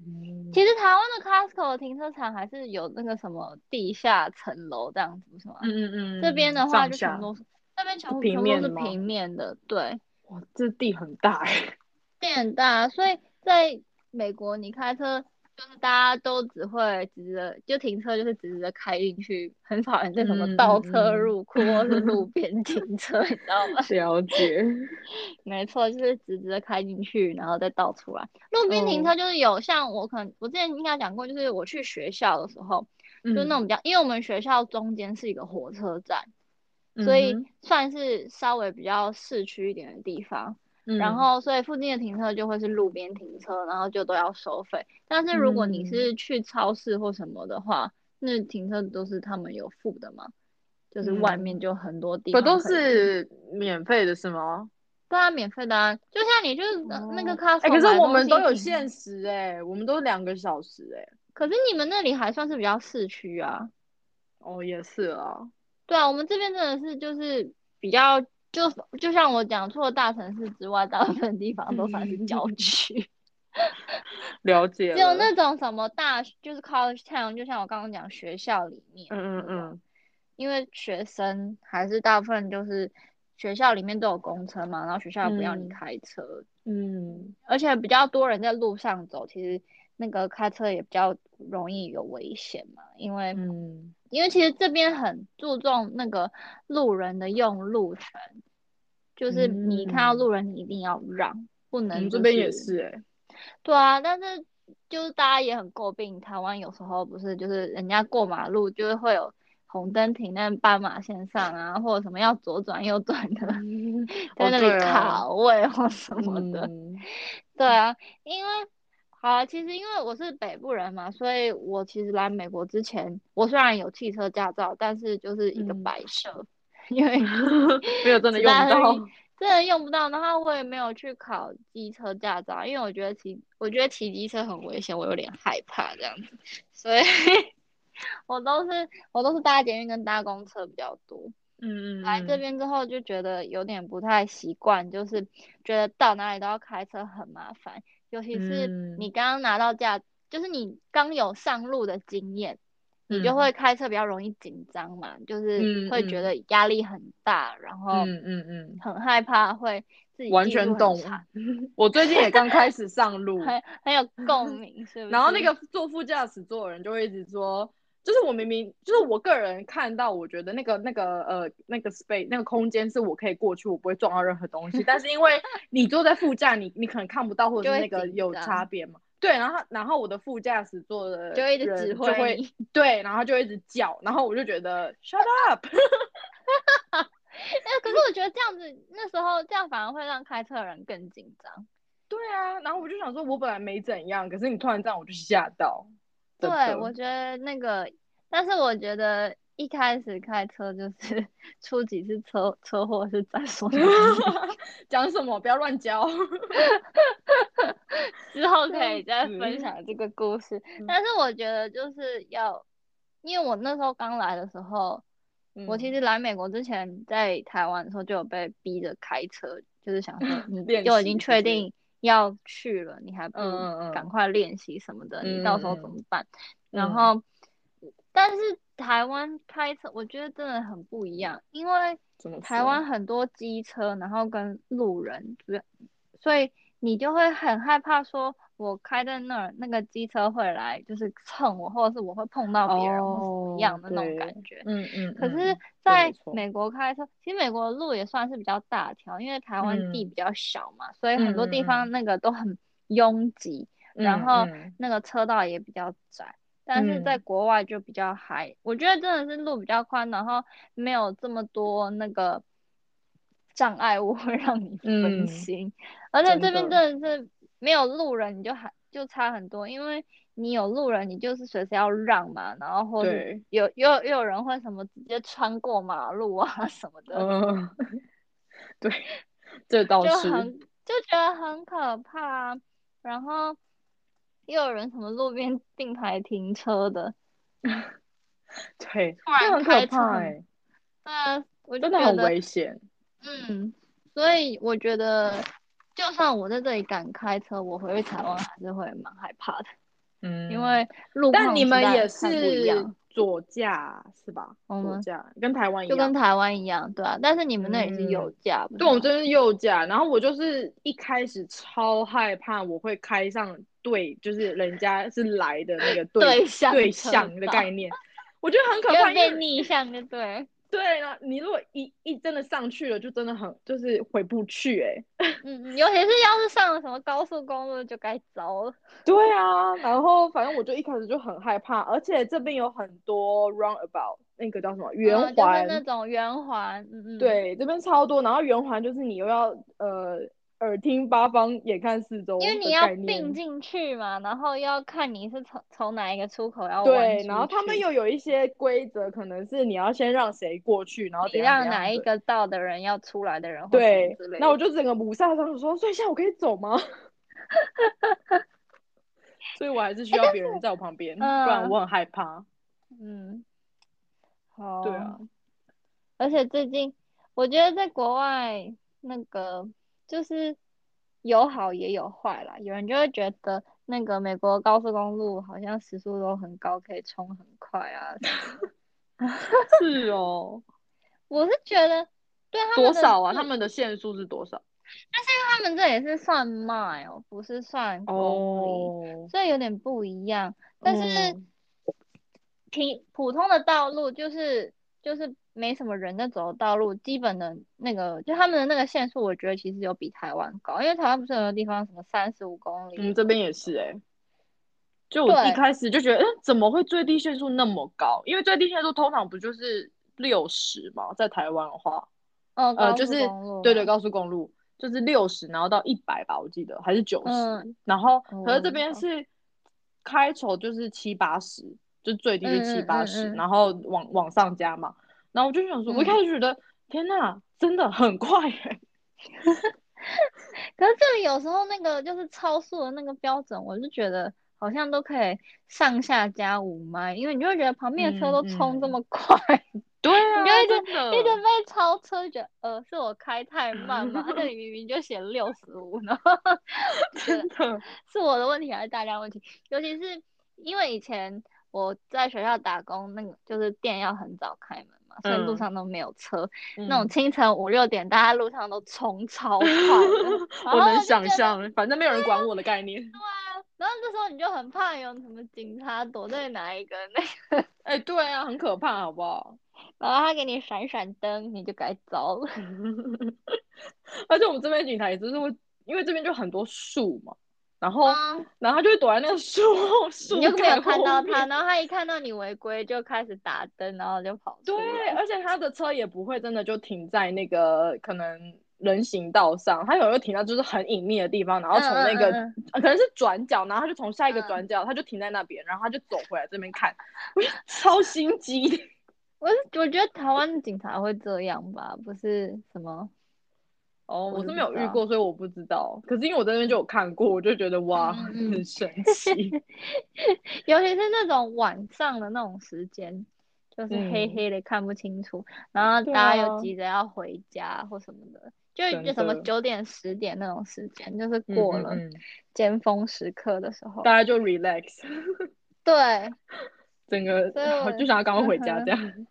[SPEAKER 1] 嗯
[SPEAKER 2] 其实台湾的 Costco 的停车场还是有那个什么地下层楼这样子，不是吗？
[SPEAKER 1] 嗯嗯嗯，
[SPEAKER 2] 这边的话
[SPEAKER 1] 上
[SPEAKER 2] 就
[SPEAKER 1] 下
[SPEAKER 2] 全部都是，那边全部
[SPEAKER 1] 平
[SPEAKER 2] 全部
[SPEAKER 1] 面
[SPEAKER 2] 都是
[SPEAKER 1] 吗
[SPEAKER 2] 平面的，对，
[SPEAKER 1] 哇，这地很 大哎、
[SPEAKER 2] 地很大，啊所以在美国你开车就是大家都只会直直的，就停车就是直直的开进去，很少人在什么
[SPEAKER 1] 嗯
[SPEAKER 2] 倒
[SPEAKER 1] 嗯
[SPEAKER 2] 车
[SPEAKER 1] 嗯
[SPEAKER 2] 入库或是路边停车，你知道吗？
[SPEAKER 1] 了解，
[SPEAKER 2] 没错，就是直直的开进去，然后再倒出来。路边
[SPEAKER 1] 哦
[SPEAKER 2] 停车就是有，像我可能我之前应该讲过，就是我去学校的时候，就
[SPEAKER 1] 嗯
[SPEAKER 2] 那种比较，因为我们学校中间是一个火车站。
[SPEAKER 1] 嗯
[SPEAKER 2] 所以
[SPEAKER 1] 哼
[SPEAKER 2] 算是稍微比较市区一点的地方。然
[SPEAKER 1] 嗯
[SPEAKER 2] 后，所以附近的停车就会是路边停车，然后就都要收费。但是如果你
[SPEAKER 1] 嗯
[SPEAKER 2] 是去超市或什么的话，那停车都是他们有付的嘛，就是外面
[SPEAKER 1] 嗯
[SPEAKER 2] 就很多地
[SPEAKER 1] 可
[SPEAKER 2] 方
[SPEAKER 1] 都
[SPEAKER 2] 可以
[SPEAKER 1] 是免费的是吗？
[SPEAKER 2] 对啊，免费的啊。就像你就是那那个
[SPEAKER 1] 哦
[SPEAKER 2] Costco，、
[SPEAKER 1] 哎、可是我们都有，限时哎、我们都两个小时哎、
[SPEAKER 2] 可是你们那里还算是比较市区啊。
[SPEAKER 1] 哦，也是啊，
[SPEAKER 2] 对啊，我们这边真的是就是比较就就像我讲，除了大城市之外，大部分地方都算是郊
[SPEAKER 1] 嗯
[SPEAKER 2] 区。
[SPEAKER 1] 了解
[SPEAKER 2] 只有
[SPEAKER 1] 了
[SPEAKER 2] 那种什么大，就是 college town，就像我刚刚讲学校里面，
[SPEAKER 1] 嗯嗯，嗯，
[SPEAKER 2] 因为学生还是大部分就是学校里面都有公车嘛，然后学校也不要你
[SPEAKER 1] 嗯
[SPEAKER 2] 开车，
[SPEAKER 1] 嗯，
[SPEAKER 2] 而且比较多人在路上走，其实那个开车也比较容易有危险嘛，因为、
[SPEAKER 1] 嗯，
[SPEAKER 2] 因为其实这边很注重那个路人的用路权，就是你看到
[SPEAKER 1] 嗯
[SPEAKER 2] 路人你一定要让，不
[SPEAKER 1] 我
[SPEAKER 2] 能、
[SPEAKER 1] 们
[SPEAKER 2] 就
[SPEAKER 1] 这边也是哎、
[SPEAKER 2] 对啊，但是就是大家也很诟病台湾有时候不是就是人家过马路就是会有红灯停在斑马线上啊，或者什么要左转右转的， 在
[SPEAKER 1] 哦
[SPEAKER 2] 那
[SPEAKER 1] 对
[SPEAKER 2] 里
[SPEAKER 1] 哦
[SPEAKER 2] 卡位或什么的。
[SPEAKER 1] 嗯，
[SPEAKER 2] 对啊，因为好啊，其实因为我是北部人嘛，所以我其实来美国之前，我虽然有汽车驾照，但是就是一个
[SPEAKER 1] 嗯
[SPEAKER 2] 摆设，因为
[SPEAKER 1] 没有真 的
[SPEAKER 2] 实
[SPEAKER 1] 用
[SPEAKER 2] 在
[SPEAKER 1] 不到
[SPEAKER 2] 是，真的用不到。然后我也没有去考机车驾照，因为我觉得骑，我觉得骑机车很危险，我有点害怕这样子，所以 我都是我都是搭捷运跟搭公车比较多。
[SPEAKER 1] 嗯嗯，
[SPEAKER 2] 来这
[SPEAKER 1] 嗯
[SPEAKER 2] 边之后就觉得有点不太习惯，就是觉得到哪里都要开车很麻烦，尤其是
[SPEAKER 1] 嗯
[SPEAKER 2] 你刚刚拿到驾，就是你刚有上路的经验，你就
[SPEAKER 1] 嗯
[SPEAKER 2] 会开车比较容易紧张嘛，就是
[SPEAKER 1] 嗯
[SPEAKER 2] 会觉
[SPEAKER 1] 嗯
[SPEAKER 2] 得压力很大，然后
[SPEAKER 1] 嗯嗯嗯，
[SPEAKER 2] 很害怕会自己
[SPEAKER 1] 完
[SPEAKER 2] 记录
[SPEAKER 1] 全
[SPEAKER 2] 很
[SPEAKER 1] 懂
[SPEAKER 2] 差，
[SPEAKER 1] 我最近也刚开始上 路，
[SPEAKER 2] 很很有共鸣，是不
[SPEAKER 1] 然后那
[SPEAKER 2] 是
[SPEAKER 1] 个坐副驾驶座的人就会一直说，就是我明明就是我个人看到，我觉得那个那个呃那个 space 那个空间是我可以过去，我不会撞到任何东西。但是因 为你坐在副驾，你你可能看不到或者
[SPEAKER 2] 就是会
[SPEAKER 1] 那个
[SPEAKER 2] 紧
[SPEAKER 1] 有
[SPEAKER 2] 张
[SPEAKER 1] 差别嘛。对，然后然后我的副驾驶座的
[SPEAKER 2] 就会一直
[SPEAKER 1] 人
[SPEAKER 2] 指
[SPEAKER 1] 就
[SPEAKER 2] 挥
[SPEAKER 1] 会
[SPEAKER 2] 你，
[SPEAKER 1] 对，然后就一直叫，然后我就觉得 shut up，
[SPEAKER 2] 哎，可是我觉得这样子那时候这样反而会让开车的人更紧张。
[SPEAKER 1] 对啊，然后我就想说，我本来没怎样，可是你突然这样，我就吓到。真
[SPEAKER 2] 对，
[SPEAKER 1] 的
[SPEAKER 2] 我觉得那个，但是我觉得一开始开车就是 出几次车车祸是再说明，
[SPEAKER 1] 讲什么不要乱教。
[SPEAKER 2] 之后可以再
[SPEAKER 1] 笑
[SPEAKER 2] 分
[SPEAKER 1] 死
[SPEAKER 2] 享这个故事
[SPEAKER 1] 嗯。
[SPEAKER 2] 但是我觉得就是要，因为我那时候刚来的时候，我其
[SPEAKER 1] 嗯
[SPEAKER 2] 实来美国之前在台湾的时候就有被逼着开车，就是想 说你
[SPEAKER 1] 练
[SPEAKER 2] 就已
[SPEAKER 1] 习
[SPEAKER 2] 经
[SPEAKER 1] 是
[SPEAKER 2] 确
[SPEAKER 1] 不是
[SPEAKER 2] 定要去了，你还不
[SPEAKER 1] 嗯嗯嗯
[SPEAKER 2] 赶快练习什么的，你到时候怎
[SPEAKER 1] 嗯嗯
[SPEAKER 2] 么办？然
[SPEAKER 1] 嗯
[SPEAKER 2] 后，但是台湾开车，我觉得真的很不一样，因为
[SPEAKER 1] 怎么
[SPEAKER 2] 台
[SPEAKER 1] 说
[SPEAKER 2] 湾很多机车，然后跟路人，主要，所以你就会很害怕，说我开在那儿，那个机车会来就是蹭我，或者是我会碰到别人、或或怎么样
[SPEAKER 1] 哦
[SPEAKER 2] 的那种
[SPEAKER 1] 对
[SPEAKER 2] 感觉。
[SPEAKER 1] 嗯嗯，
[SPEAKER 2] 可是
[SPEAKER 1] 嗯，
[SPEAKER 2] 在
[SPEAKER 1] 没错
[SPEAKER 2] 美国开车，其实美国的路也算是比较大条，因为台湾地
[SPEAKER 1] 嗯
[SPEAKER 2] 比较小嘛，所以很多地
[SPEAKER 1] 嗯嗯
[SPEAKER 2] 方那个都很拥挤。然
[SPEAKER 1] 嗯
[SPEAKER 2] 后
[SPEAKER 1] 嗯
[SPEAKER 2] 那个车道也比较窄，但是在
[SPEAKER 1] 嗯
[SPEAKER 2] 国外就比较嗨。我觉得真的是路比较宽，然后没有这么多那个障碍物会让你分
[SPEAKER 1] 嗯
[SPEAKER 2] 心，而且这边
[SPEAKER 1] 真的
[SPEAKER 2] 真的是没有路人，你就还就差很多，因为你有路人，你就是随时要让嘛，然后或者
[SPEAKER 1] 对
[SPEAKER 2] 有又又有人会什么直接穿过马路啊 什么的，
[SPEAKER 1] 嗯，对，这倒，
[SPEAKER 2] 就是很就觉得很可怕、啊。然后又有人什么路边 并排停车的，
[SPEAKER 1] 对，
[SPEAKER 2] 突然
[SPEAKER 1] 那很
[SPEAKER 2] 开
[SPEAKER 1] 可
[SPEAKER 2] 车
[SPEAKER 1] 怕
[SPEAKER 2] 很
[SPEAKER 1] 哎，
[SPEAKER 2] 那我就
[SPEAKER 1] 真的
[SPEAKER 2] 觉
[SPEAKER 1] 很
[SPEAKER 2] 得
[SPEAKER 1] 危险，
[SPEAKER 2] 嗯，所以我觉得就算我在这里敢开车，我回去台湾还是会蛮害怕的，
[SPEAKER 1] 嗯，
[SPEAKER 2] 因为路况
[SPEAKER 1] 但你们
[SPEAKER 2] 实在
[SPEAKER 1] 也
[SPEAKER 2] 太不一样
[SPEAKER 1] 是左驾是吧？
[SPEAKER 2] 我
[SPEAKER 1] 左
[SPEAKER 2] 们
[SPEAKER 1] 驾跟台湾一
[SPEAKER 2] 就跟
[SPEAKER 1] 样，嗯
[SPEAKER 2] 台湾一样，对啊，但是你们那里是右驾，不是
[SPEAKER 1] 对，我们
[SPEAKER 2] 吗
[SPEAKER 1] 这边是右驾。然后我就是一开始超害怕，我会开上对，就是人家是来的那个对
[SPEAKER 2] 对向
[SPEAKER 1] 对
[SPEAKER 2] 车
[SPEAKER 1] 象的
[SPEAKER 2] 道
[SPEAKER 1] 概念，我觉得很可
[SPEAKER 2] 就
[SPEAKER 1] 怕，因
[SPEAKER 2] 会被
[SPEAKER 1] 为
[SPEAKER 2] 逆向，就对。
[SPEAKER 1] 对啊，你如果一一真的上去了，就真的很就是回不去哎、欸。
[SPEAKER 2] 嗯，尤其是要是上了什么高速公路，就该糟了。
[SPEAKER 1] 对啊，然后反正我就一开始就很害怕，而且这边有很多 roundabout，那个叫什么圆
[SPEAKER 2] 嗯
[SPEAKER 1] 环，
[SPEAKER 2] 就是那种圆环，嗯嗯，，
[SPEAKER 1] 对，这边超多。然后圆环就是你又要呃耳听八方，眼看四周的
[SPEAKER 2] 因
[SPEAKER 1] 概
[SPEAKER 2] 为
[SPEAKER 1] 念，
[SPEAKER 2] 你要并进去嘛，然后要看你是从从哪一个出口要弯
[SPEAKER 1] 对，然后
[SPEAKER 2] 出
[SPEAKER 1] 他们
[SPEAKER 2] 去
[SPEAKER 1] 又有一些规则，可能是你要先让谁过去，然后
[SPEAKER 2] 你
[SPEAKER 1] 怎样
[SPEAKER 2] 让
[SPEAKER 1] 怎样
[SPEAKER 2] 哪一
[SPEAKER 1] 的。
[SPEAKER 2] 个道的人要出来的人，或什么
[SPEAKER 1] 对
[SPEAKER 2] 之类，
[SPEAKER 1] 那我
[SPEAKER 2] 的
[SPEAKER 1] 就整个不上上说，所以现在我可以走 吗？所以我还是需
[SPEAKER 2] 哎
[SPEAKER 1] 要
[SPEAKER 2] 但
[SPEAKER 1] 别人在我旁边，不
[SPEAKER 2] 嗯
[SPEAKER 1] 然我很害 怕。
[SPEAKER 2] 嗯，好，
[SPEAKER 1] 对啊，
[SPEAKER 2] 而且最近我觉得在国外那个就是有好也有坏啦，有人就会觉得那个美国高速公路好像时速都很高，可以冲很快啊什么的。
[SPEAKER 1] 是哦，
[SPEAKER 2] 我是觉得对他
[SPEAKER 1] 多
[SPEAKER 2] 们的
[SPEAKER 1] 少啊？
[SPEAKER 2] 是
[SPEAKER 1] 他们的限速是多少？
[SPEAKER 2] 他们这也是算 mile，不是算公里，
[SPEAKER 1] 哦，
[SPEAKER 2] 所以有点不一样。但是
[SPEAKER 1] 嗯
[SPEAKER 2] 平普通的道路就是就是没什么人在走的道路，基本的那个就他们的那个限速，我觉得其实有比台湾高，因为台湾不是很多地方什么三十五公里，
[SPEAKER 1] 嗯，这边也是哎、就我一
[SPEAKER 2] 对
[SPEAKER 1] 开始就觉得，嗯，怎么会最低限速那么高？因为最低限速通常不就是六十嘛，在台湾的话，
[SPEAKER 2] 哦，
[SPEAKER 1] 呃，
[SPEAKER 2] 高
[SPEAKER 1] 就
[SPEAKER 2] 速
[SPEAKER 1] 是
[SPEAKER 2] 公路
[SPEAKER 1] 对对，
[SPEAKER 2] 嘛
[SPEAKER 1] 高速公路就是六十，然后到一百吧，我记得还是九十、
[SPEAKER 2] 嗯
[SPEAKER 1] 然后
[SPEAKER 2] 哦
[SPEAKER 1] 可是这
[SPEAKER 2] 我
[SPEAKER 1] 边
[SPEAKER 2] 懂
[SPEAKER 1] 是开头就是七八十，就最低就七
[SPEAKER 2] 嗯嗯
[SPEAKER 1] 八十，
[SPEAKER 2] 嗯嗯
[SPEAKER 1] 然后往往上加嘛。然后我就想说，我一
[SPEAKER 2] 嗯
[SPEAKER 1] 开始觉得天呐，真的很快欸耶、
[SPEAKER 2] 可是这里有时候那个就是超速的那个标准，我就觉得好像都可以上下加五迈，因为你就会觉得旁边的车
[SPEAKER 1] 嗯
[SPEAKER 2] 都冲这
[SPEAKER 1] 嗯
[SPEAKER 2] 么快，
[SPEAKER 1] 对啊，
[SPEAKER 2] 就一直
[SPEAKER 1] 真的
[SPEAKER 2] 一直被超车，就觉得呃是我开太慢嘛，它这里明明就写六十五，然后就觉
[SPEAKER 1] 真
[SPEAKER 2] 得
[SPEAKER 1] 的，
[SPEAKER 2] 是我的问题还是大家问题？尤其是因为以前我在学校打工，那个就是店要很早开门嘛，所以路
[SPEAKER 1] 嗯
[SPEAKER 2] 上都没有车，
[SPEAKER 1] 嗯
[SPEAKER 2] 那种清晨五六点，大家路上都冲超快的， 然
[SPEAKER 1] 我
[SPEAKER 2] 后
[SPEAKER 1] 能
[SPEAKER 2] 就
[SPEAKER 1] 想
[SPEAKER 2] 觉得
[SPEAKER 1] 象，反正没有人管我的概念。
[SPEAKER 2] 啊然后这时候你就很怕有什么警察躲在哪一个那 个，
[SPEAKER 1] 哎、对啊，很可怕，好不好？
[SPEAKER 2] 然后他给你闪闪灯，你就该糟了。
[SPEAKER 1] 而且我们这边警察也就是会，因为这边就很多树嘛，然后、然后他就会躲在那个树后树
[SPEAKER 2] 你就没
[SPEAKER 1] 干
[SPEAKER 2] 有看
[SPEAKER 1] 哦后
[SPEAKER 2] 到
[SPEAKER 1] 面
[SPEAKER 2] 他，然后他一看到你违规就开始打灯，然后就跑出
[SPEAKER 1] 对，
[SPEAKER 2] 来。
[SPEAKER 1] 而且他的车也不会真的就停在那个可能人行道上，他有时候停到就是很隐秘的地方，然后从那个、
[SPEAKER 2] 嗯嗯嗯
[SPEAKER 1] 呃可能是转角，然后他就从下一个
[SPEAKER 2] 嗯
[SPEAKER 1] 转角，他就停在那边，然后他就走回来这边看，我 就超心机的。
[SPEAKER 2] 我是我觉得台湾的警察会这样吧，不是什么
[SPEAKER 1] 哦，
[SPEAKER 2] 我
[SPEAKER 1] 我
[SPEAKER 2] 就是不
[SPEAKER 1] 没有
[SPEAKER 2] 知
[SPEAKER 1] 遇
[SPEAKER 2] 道
[SPEAKER 1] 过，所以我不知道。可是因为我在那边就有看过，我就觉得哇，
[SPEAKER 2] 嗯嗯嗯
[SPEAKER 1] 很神 奇。
[SPEAKER 2] 尤其是那种晚上的那种时间，就是黑
[SPEAKER 1] 嗯
[SPEAKER 2] 黑的看不清楚，然后
[SPEAKER 1] 对
[SPEAKER 2] 大家
[SPEAKER 1] 啊
[SPEAKER 2] 又急着要回家或什么的，就
[SPEAKER 1] 真
[SPEAKER 2] 就什么
[SPEAKER 1] 的
[SPEAKER 2] 九点十点那种时间，就是过了
[SPEAKER 1] 嗯嗯嗯
[SPEAKER 2] 尖峰时刻的时候，
[SPEAKER 1] 大家就 relax，
[SPEAKER 2] 对
[SPEAKER 1] 整个
[SPEAKER 2] 所以我
[SPEAKER 1] 就想要赶快回家
[SPEAKER 2] 嗯哼
[SPEAKER 1] 这 样。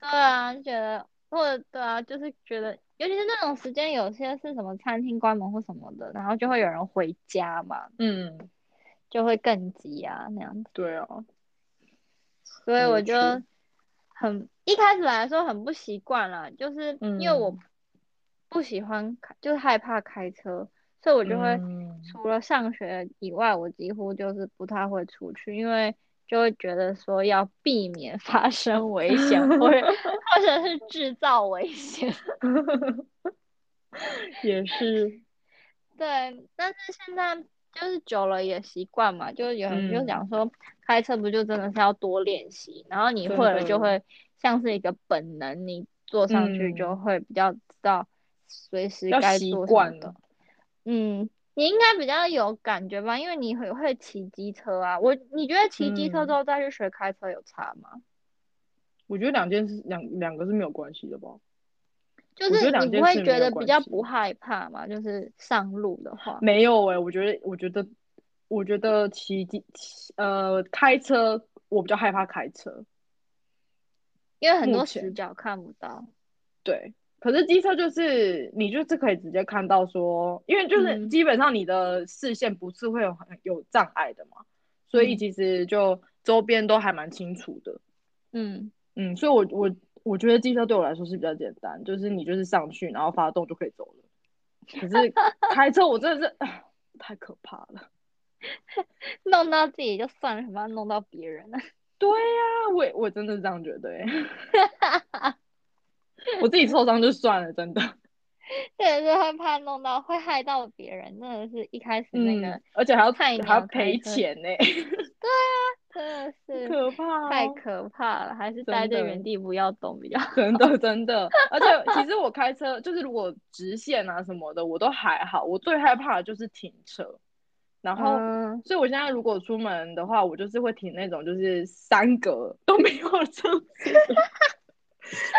[SPEAKER 2] 对啊，就觉得或者对啊，就是觉得，尤其是那种时间，有些是什么餐厅关门或什么的，然后就会有人回家嘛，
[SPEAKER 1] 嗯，
[SPEAKER 2] 就会更急啊那样子。
[SPEAKER 1] 对啊，
[SPEAKER 2] 所以
[SPEAKER 1] 很有
[SPEAKER 2] 我就
[SPEAKER 1] 趣
[SPEAKER 2] 很一开始来说很不习惯啦，就是因为我
[SPEAKER 1] 嗯
[SPEAKER 2] 不喜欢开，就是害怕开车，所以我就会
[SPEAKER 1] 嗯
[SPEAKER 2] 除了上学以外，我几乎就是不太会出去，因为就会觉得说要避免发生危险，或者 或者是制造危险。
[SPEAKER 1] 也是，
[SPEAKER 2] 对，但是现在就是久了也习惯嘛，就是有人就
[SPEAKER 1] 嗯
[SPEAKER 2] 讲说，开车不就真的是要多练习，然后你
[SPEAKER 1] 真
[SPEAKER 2] 会了
[SPEAKER 1] 的
[SPEAKER 2] 就会像是一个本能，你坐上去就
[SPEAKER 1] 嗯
[SPEAKER 2] 会比较知道随时
[SPEAKER 1] 要
[SPEAKER 2] 该
[SPEAKER 1] 习
[SPEAKER 2] 做什么
[SPEAKER 1] 惯
[SPEAKER 2] 的。嗯，你应该比较有感觉吧，因为你会会骑机车啊。我你觉得骑机车之
[SPEAKER 1] 嗯
[SPEAKER 2] 后再去学开车有差吗？
[SPEAKER 1] 我觉得两件事两两个是没有关系的吧。
[SPEAKER 2] 就
[SPEAKER 1] 我觉
[SPEAKER 2] 是
[SPEAKER 1] 得两
[SPEAKER 2] 你不
[SPEAKER 1] 件
[SPEAKER 2] 会
[SPEAKER 1] 事
[SPEAKER 2] 觉
[SPEAKER 1] 没有
[SPEAKER 2] 得比
[SPEAKER 1] 关
[SPEAKER 2] 较
[SPEAKER 1] 系
[SPEAKER 2] 不害怕嘛？就是上路的话，
[SPEAKER 1] 没有哎、我觉得，我觉得，我觉得骑机骑呃开车，我比较害怕开车。
[SPEAKER 2] 因为很
[SPEAKER 1] 目
[SPEAKER 2] 多
[SPEAKER 1] 前
[SPEAKER 2] 死角看不到。
[SPEAKER 1] 对，可是机车就是你就是可以直接看到说，因为就是
[SPEAKER 2] 嗯
[SPEAKER 1] 基本上你的视线不是会有很有障碍的嘛，所以
[SPEAKER 2] 嗯
[SPEAKER 1] 其实就周边都还蛮清楚的。
[SPEAKER 2] 嗯，
[SPEAKER 1] 嗯，所以我我我觉得机车对我来说是比较简单，就是你就是上去然后发动就可以走了。可是开车我真的是太可怕了。
[SPEAKER 2] 弄到自己就算了，什么要弄到别人呢？
[SPEAKER 1] 对呀、我也我真的是这样觉得哎、我自己受伤就算了， 真的。
[SPEAKER 2] 对，是会怕弄到会害到别人，真的是一开始那个
[SPEAKER 1] 嗯，而且还要
[SPEAKER 2] 菜
[SPEAKER 1] 还要
[SPEAKER 2] 鸟开
[SPEAKER 1] 赔
[SPEAKER 2] 车
[SPEAKER 1] 钱呢、
[SPEAKER 2] 真的是
[SPEAKER 1] 可怕、哦，
[SPEAKER 2] 太可怕了，还是
[SPEAKER 1] 真
[SPEAKER 2] 待在
[SPEAKER 1] 的
[SPEAKER 2] 原地不要 动比较好。
[SPEAKER 1] 真 的真的，而且其实我开车就是如果直线啊什么的，我都还好。我最害怕的就是停车，然后、
[SPEAKER 2] 嗯，
[SPEAKER 1] 所以我现在如果出门的话，我就是会停那种就是三格都没有车 子的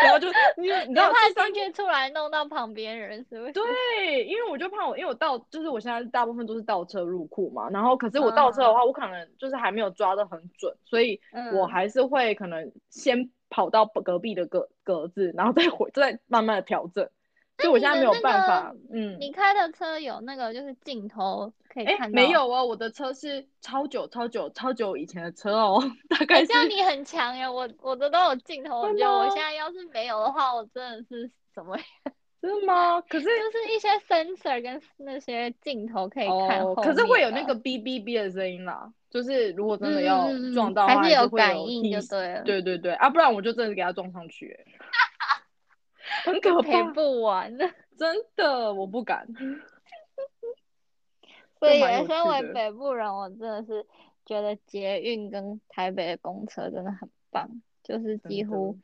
[SPEAKER 1] 然后就你你知
[SPEAKER 2] 你
[SPEAKER 1] 道
[SPEAKER 2] 怕
[SPEAKER 1] 这三
[SPEAKER 2] 进去出来弄到旁边人，是不是？
[SPEAKER 1] 对，因为我就怕我，因为我倒就是我现在大部分都是倒车入库嘛，然后可是我倒车的话，我可能就是还没有抓的很准，所以我
[SPEAKER 2] 嗯
[SPEAKER 1] 还是会可能先跑到隔壁的格格子，然后再回再慢慢的调整，所以我
[SPEAKER 2] 你
[SPEAKER 1] 现在
[SPEAKER 2] 的
[SPEAKER 1] 没有
[SPEAKER 2] 那
[SPEAKER 1] 办
[SPEAKER 2] 个
[SPEAKER 1] 法，嗯，
[SPEAKER 2] 你开的车有那个就是镜头可以
[SPEAKER 1] 哎、
[SPEAKER 2] 看到，
[SPEAKER 1] 没有哦，我的车是超久超久超久以前的车哦， 大概
[SPEAKER 2] 哎，
[SPEAKER 1] 是
[SPEAKER 2] 这样你很强呀！我我的都有镜头，我
[SPEAKER 1] 真
[SPEAKER 2] 觉得我
[SPEAKER 1] 的哦
[SPEAKER 2] 现在要是没有的话，我真的是什 么，
[SPEAKER 1] 真的吗？可是
[SPEAKER 2] 就是一些 sensor 跟那些镜头 可以看后
[SPEAKER 1] 哦
[SPEAKER 2] 面的。，
[SPEAKER 1] 可是会有那个哔哔哔的声音啦，就是如果真的要
[SPEAKER 2] 嗯嗯嗯
[SPEAKER 1] 撞到的话，
[SPEAKER 2] 还
[SPEAKER 1] 还
[SPEAKER 2] 是有
[SPEAKER 1] 会
[SPEAKER 2] 感
[SPEAKER 1] 有
[SPEAKER 2] 应
[SPEAKER 1] 提
[SPEAKER 2] 就
[SPEAKER 1] 示
[SPEAKER 2] 对了，
[SPEAKER 1] 对对对啊，不然我就真的给他撞上去、 欸，很可
[SPEAKER 2] 赔
[SPEAKER 1] 怕，
[SPEAKER 2] 不完 的。
[SPEAKER 1] 真的我不敢。
[SPEAKER 2] 所以
[SPEAKER 1] 蛮有
[SPEAKER 2] 身
[SPEAKER 1] 趣
[SPEAKER 2] 为
[SPEAKER 1] 的
[SPEAKER 2] 北部人，我真的是觉得捷运跟台北的公车真的很棒，就是
[SPEAKER 1] 真
[SPEAKER 2] 几
[SPEAKER 1] 的
[SPEAKER 2] 乎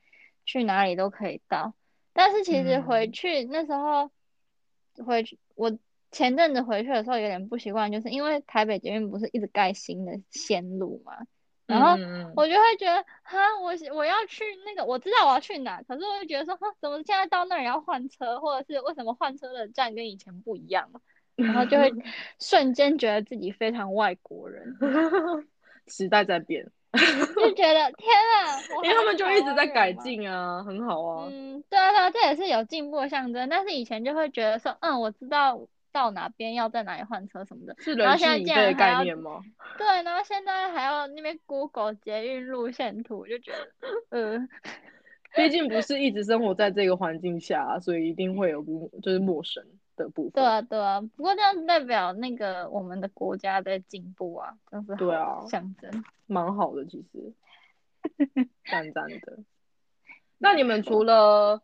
[SPEAKER 2] 去哪里都可以到。但是其实回
[SPEAKER 1] 嗯
[SPEAKER 2] 去、那时候，回去我前阵子回去的时候有点不习惯，就是因为台北捷运不是一直盖新的线路嘛，然后
[SPEAKER 1] 嗯嗯嗯
[SPEAKER 2] 我就会觉得哈，我是我要去那个，我知道我要去哪，可是我就觉得说，哈，怎么现在到那儿也要换车，或者是为什么换车的站跟以前不一样了？然后就 会瞬间觉得自己非常外国人，
[SPEAKER 1] 嗯时代在变，
[SPEAKER 2] 就觉得天啊，我
[SPEAKER 1] 因为
[SPEAKER 2] 还
[SPEAKER 1] 他
[SPEAKER 2] 是
[SPEAKER 1] 们就
[SPEAKER 2] 台
[SPEAKER 1] 一直
[SPEAKER 2] 湾
[SPEAKER 1] 在
[SPEAKER 2] 人
[SPEAKER 1] 改
[SPEAKER 2] 吗。
[SPEAKER 1] 进啊，很好啊。
[SPEAKER 2] 嗯，对啊，对啊，这也是有进步的象征。但是以前就会觉得说，嗯，我知道到哪边要在哪里换车什么的。
[SPEAKER 1] 是
[SPEAKER 2] 然后
[SPEAKER 1] 人
[SPEAKER 2] 现在
[SPEAKER 1] 事已
[SPEAKER 2] 竟
[SPEAKER 1] 备
[SPEAKER 2] 然
[SPEAKER 1] 的
[SPEAKER 2] 还
[SPEAKER 1] 概
[SPEAKER 2] 要
[SPEAKER 1] 念吗？
[SPEAKER 2] 对，然后现在还要那边 Google 捷运路线图，就觉得，呃，
[SPEAKER 1] 毕竟不是一直生活在这个环境下啊、所以一定会有不就是陌生的部
[SPEAKER 2] 对
[SPEAKER 1] 分。
[SPEAKER 2] 啊，对啊，不过这样代表那个我们的国家在进步啊，真是
[SPEAKER 1] 对
[SPEAKER 2] 好
[SPEAKER 1] 啊
[SPEAKER 2] 象征。
[SPEAKER 1] 蛮好的，其 实，赞赞的。那你们除了